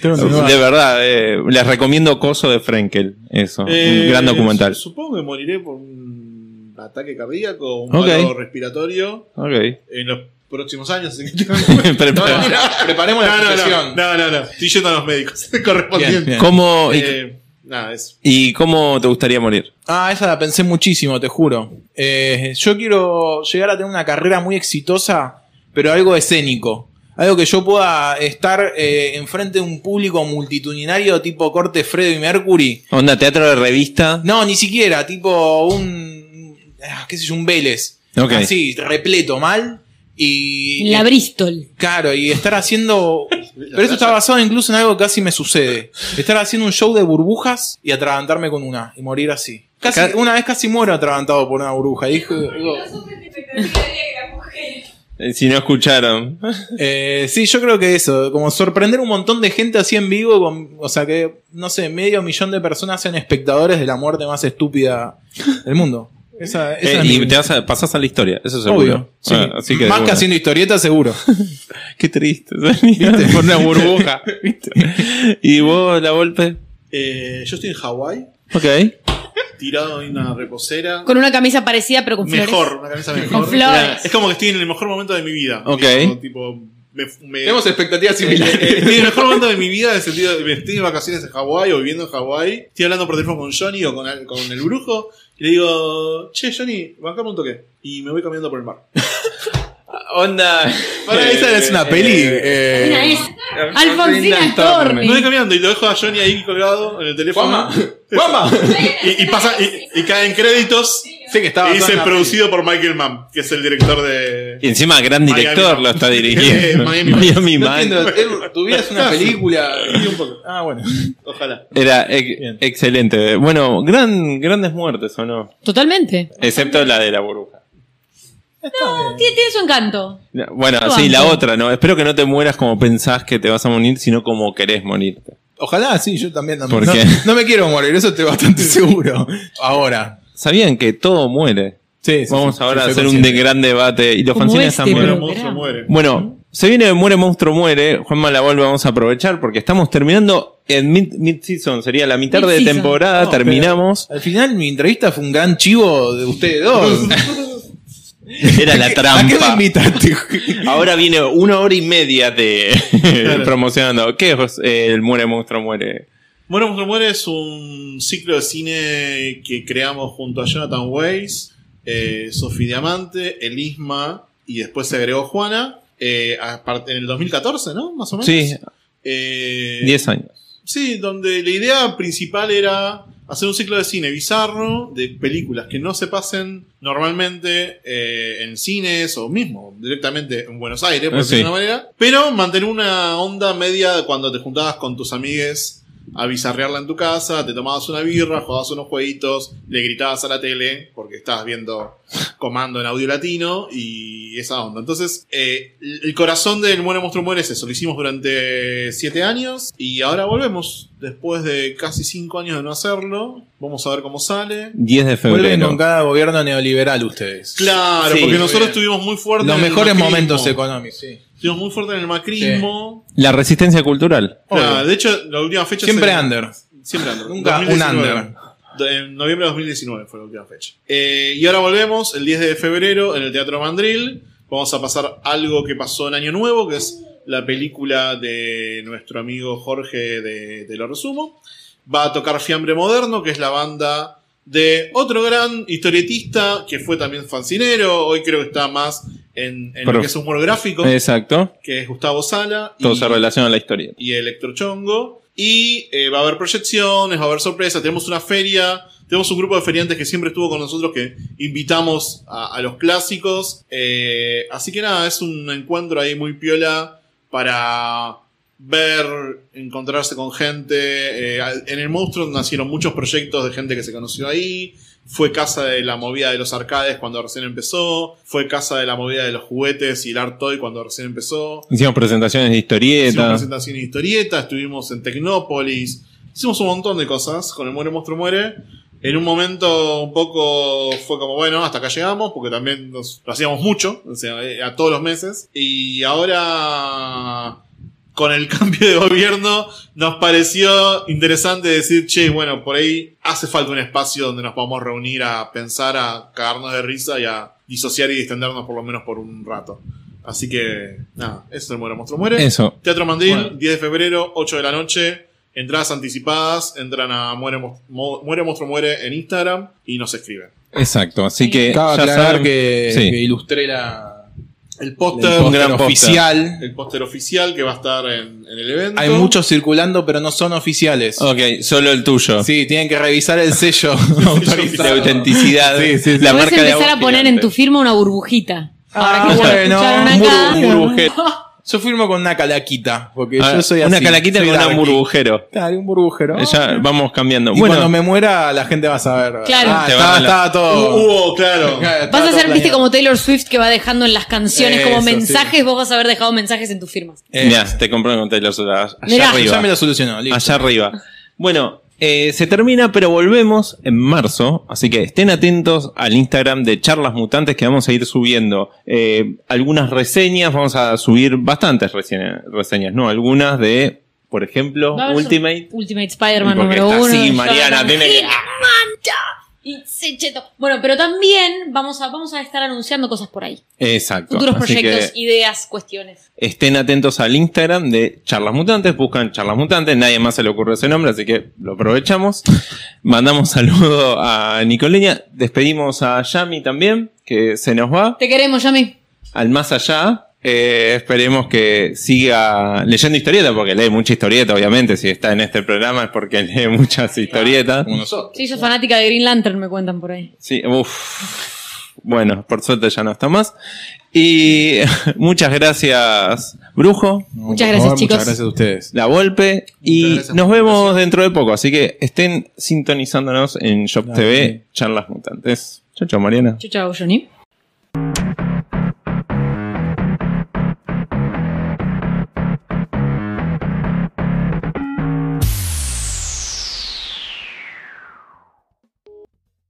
Tengo que
De verdad, eh, les recomiendo Coso de Frenkel. Eso.
Eh,
un gran documental.
su- Supongo que moriré por un ataque cardíaco o un
Ok.
paro respiratorio
Ok.
en los próximos años. así que-
Pero-
No, no,
pero- [laughs]
no, preparemos la
no, no, no,
situación.
no, no, no. Estoy yendo a los médicos correspondientes.
Bien, bien.
¿Cómo, y,
Eh, nada, eso.
y cómo te gustaría morir?
Ah, esa la pensé muchísimo, te juro. Eh, yo quiero llegar a tener una carrera muy exitosa, pero algo escénico. Algo que yo pueda estar eh, enfrente de un público multitudinario tipo corte Freddie Mercury.
¿Onda teatro de revista?
No, ni siquiera, tipo un... ah, qué sé yo, un Vélez.
Ok.
Así, repleto, mal. Y...
La Bristol.
Claro, y estar haciendo. Pero esto está basado incluso en algo que casi me sucede. Estar haciendo un show de burbujas y atragantarme con una y morir así. Casi,
Ca-
una vez casi muero atragantado por una burbuja. Y dije, digo,
No sufres de expectativa de vida que la mujer.
Eh, Si no escucharon.
eh, sí, yo creo que eso, como sorprender un montón de gente así en vivo, con- o sea que, no sé, medio millón de personas sean espectadores de la muerte más estúpida del mundo. Esa, esa
Eh,
es
y
mi-
te vas a- pasás a la historia, eso seguro.
obvio. sí.
Ah, así que
más
bueno.
que haciendo historietas, seguro.
Qué [laughs] triste. Por una burbuja. [laughs] ¿viste? y vos, la golpe.
Eh, yo estoy en Hawái,
Ok.
tirado en una reposera.
Con una camisa parecida, pero con flores.
mejor, una camisa mejor.
Con flores.
Es como que estoy en el mejor momento de mi vida.
Ok.
Tipo, tipo, me, me-
Tenemos expectativas [laughs]
Eh,
similares.
estoy en el mejor momento de mi vida en el sentido de estoy de vacaciones en Hawái o viviendo en Hawái. Estoy hablando por teléfono con Johnny o con, el- con el brujo. Y le digo, che, Johnny, bancame un toque. Y me voy caminando por el mar.
Onda.
Para, esa es una peli. eh,
Mira, es Alfonsina
Me
Storni.
voy caminando y lo dejo a Johnny ahí colgado en el teléfono.
¡Guama! ¡Guama!
Y, y pasa, y, y caen créditos.
Sí que estaba
Y dice
basada en la
producido por Michael Mann, que es el director de.
Y encima, gran director
Miami.
lo está
Eh,
[laughs]
dirigiendo.
Miami.
Miami
peli.
Man.
No entiendo, él- tu vida es una película.
Y un poco.
Ah, bueno.
Ojalá.
Era ex-
Bien.
excelente. Bueno, gran, grandes muertes, ¿o no?
Totalmente.
Excepto la de la burbuja.
Tiene, tiene su encanto.
Bueno,
Lo
sí, la
banco.
otra, ¿no? Espero que no te mueras como pensás que te vas a morir, sino como querés morirte.
Ojalá, sí, yo también. también.
¿Por
no,
qué?
no me quiero morir, eso estoy bastante seguro. Ahora.
¿Sabían que todo muere?
Sí, sí,
Vamos
sí,
ahora a
sí,
hacer
soy
un de-
consciente.
gran debate. Y los
Como
fanzines
este,
están
Muere,
Pero-
monstruo, muere.
Bueno, se viene Muere Monstruo Muere, Juan Malabol vamos a aprovechar porque estamos terminando en mid- mid-season, sería la mitad de
Mid-season.
temporada, [laughs]
No,
terminamos.
Al final, mi entrevista fue un gran chivo de ustedes dos.
Era la
[laughs] ¿A qué me
trampa.
invitaste?
Ahora viene una hora y media de
Claro.
[laughs] promocionando. ¿Qué es eh, el Muere Monstruo Muere?
Muere Monstruo Muere es un ciclo de cine que creamos junto a Jonathan Weiss, eh, Sofi Diamante, Elisma y después se agregó Juana. eh, a part- en el 2014, ¿no? Más o menos.
Sí,
Eh,
10 años.
Sí, donde la idea principal era hacer un ciclo de cine bizarro, de películas que no se pasen normalmente eh, en cines o mismo directamente en Buenos Aires, por
Ah,
decirlo
sí.
de alguna manera, pero mantener una onda media de cuando te juntabas con tus amigues a bizarrearla en tu casa, te tomabas una birra, jugabas unos jueguitos, le gritabas a la tele porque estabas viendo comando en audio latino y esa onda. Entonces, eh, el corazón del Muere Monstruo Muere es eso. Lo hicimos durante siete años y ahora volvemos. Después de casi cinco años de no hacerlo, vamos a ver cómo sale.
10 de
Vuelven con
febrero.
cada gobierno neoliberal ustedes.
Claro,
Sí,
porque
muy
nosotros
bien.
estuvimos muy fuertes
Los
en el
mejores
macrismo.
momentos económicos, sí.
Estuvimos muy fuertes en el macrismo.
La resistencia cultural.
Claro, de hecho, la última fecha...
Siempre
se-
under.
Siempre under.
Nunca un
2019.
under.
Do- En noviembre de 2019 fue la última fecha. Eh, y ahora volvemos el 10 de febrero en el Teatro Mandril. Vamos a pasar algo que pasó en Año Nuevo, que es la película de nuestro amigo Jorge de, de Lo Resumo. Va a tocar Fiambre Moderno, que es la banda de otro gran historietista que fue también fancinero. Hoy creo que está más en, en lo
Pero-
que es humor gráfico,
Exacto.
que es Gustavo Sala.
Todo
Y-
se relaciona a la historia.
y Electrochongo. Y eh, va a haber proyecciones, va a haber sorpresas, tenemos una feria, tenemos un grupo de feriantes que siempre estuvo con nosotros que invitamos a, a los clásicos. Eh, así que nada, es un encuentro ahí muy piola para ver, encontrarse con gente. Eh, al- en el monstruo nacieron muchos proyectos de gente que se conoció ahí. Fue casa de la movida de los arcades cuando recién empezó. Fue casa de la movida de los juguetes y el art toy cuando recién empezó.
Hicimos presentaciones de
Hicimos
historietas.
presentación de historieta, estuvimos en Tecnópolis, hicimos un montón de cosas con el Muere Monstruo Muere. En un momento un poco fue como, bueno, hasta acá llegamos, porque también nos, lo hacíamos mucho, o sea, eh, a todos los meses. Y ahora, con el [laughs] cambio de gobierno, nos pareció interesante decir, che, bueno, por ahí hace falta un espacio donde nos podamos reunir a pensar, a cagarnos de risa y a disociar y distendernos por lo menos por un rato. Así que, nada, eso es el Muere Monstruo Muere.
Eso.
Teatro Mandril,
Bueno.
10 de febrero, 8 de la noche. Entradas anticipadas, entran a Muere, Mo- Mo- Muere Monstruo Muere en Instagram y nos escriben.
Exacto. Así que
Acaba
ya
de aclarar
saben
que,
Sí.
que ilustré la,
El
el
póster,
póster
gran póster.
oficial.
el póster oficial que va a estar en, en el evento.
Hay muchos circulando, pero no son oficiales.
Ok, solo el tuyo.
Sí, tienen que revisar
[laughs]
el sello autorizado.
La autenticidad.
Sí, sí, sí.
La
Puedes
marca de
empezar
agua
a poner en
gigante.
tu firma una burbujita. Ahora
Ah,
que ya lo
bueno,
escucharon
un
acá.
burbu-
Burbujero.
Yo firmo con una calaquita, porque
Ah,
yo soy así.
una calaquita
soy
con un
darky.
burbujero.
Claro, un burbujero.
Ya vamos cambiando.
Y cuando
Bueno,
me muera, la gente va a saber.
Claro.
Ah,
Te
estaba,
van a Uh, la-
estaba todo.
Hubo, claro.
Claro,
Vas
estaba
a
todo
ser, viste,
planeado.
como Taylor Swift que va dejando en las canciones como
Eso, sí.
mensajes, vos vas a haber dejado mensajes en tus firmas.
Eh,
mirá, te compré con Taylor Swift, Allá
Mirá.
arriba.
Ya me lo solucionó, listo.
Allá arriba. Bueno, eh, se termina, pero volvemos en marzo. Así que estén atentos al Instagram de Charlas Mutantes que vamos a ir subiendo. eh, algunas reseñas, vamos a subir bastantes reseña- reseñas, ¿no? Algunas de, por ejemplo,
Va a haber
Ultimate.
su- Ultimate Spider-Man
Porque
número
está
uno.
así,
Yo
Mariana,
ahora-
tiene que-
¡Hitman, ya! Y se cheto. Bueno, pero también vamos a, vamos a estar anunciando cosas por ahí.
Exacto.
Futuros
Ah, Así que-
proyectos, ideas, cuestiones.
estén atentos al Instagram de Charlas Mutantes, buscan Charlas Mutantes, nadie más se le ocurre ese nombre, así que lo aprovechamos. Mandamos saludo a Nicoleña, despedimos a Yami también, que se nos va,
Te queremos, Yami.
al más allá. eh, esperemos que siga leyendo historieta, porque lee mucha historieta, obviamente, si está en este programa es porque [laughs] lee muchas historietas.
Como [laughs] nosotros.
Sí, soy fanática de Green Lantern, me cuentan por ahí.
Sí, uff. Bueno, por suerte ya no está más. Y [laughs] muchas gracias, Brujo.
No,
Muchas
por
gracias, chicos.
Muchas gracias a ustedes.
La Volpe y
gracias
nos
por la
vemos dentro de poco, así que estén sintonizándonos en Shop
Dale.
TV, charlas mutantes. Chao, chao, Mariana.
Chau, chau, Johnny.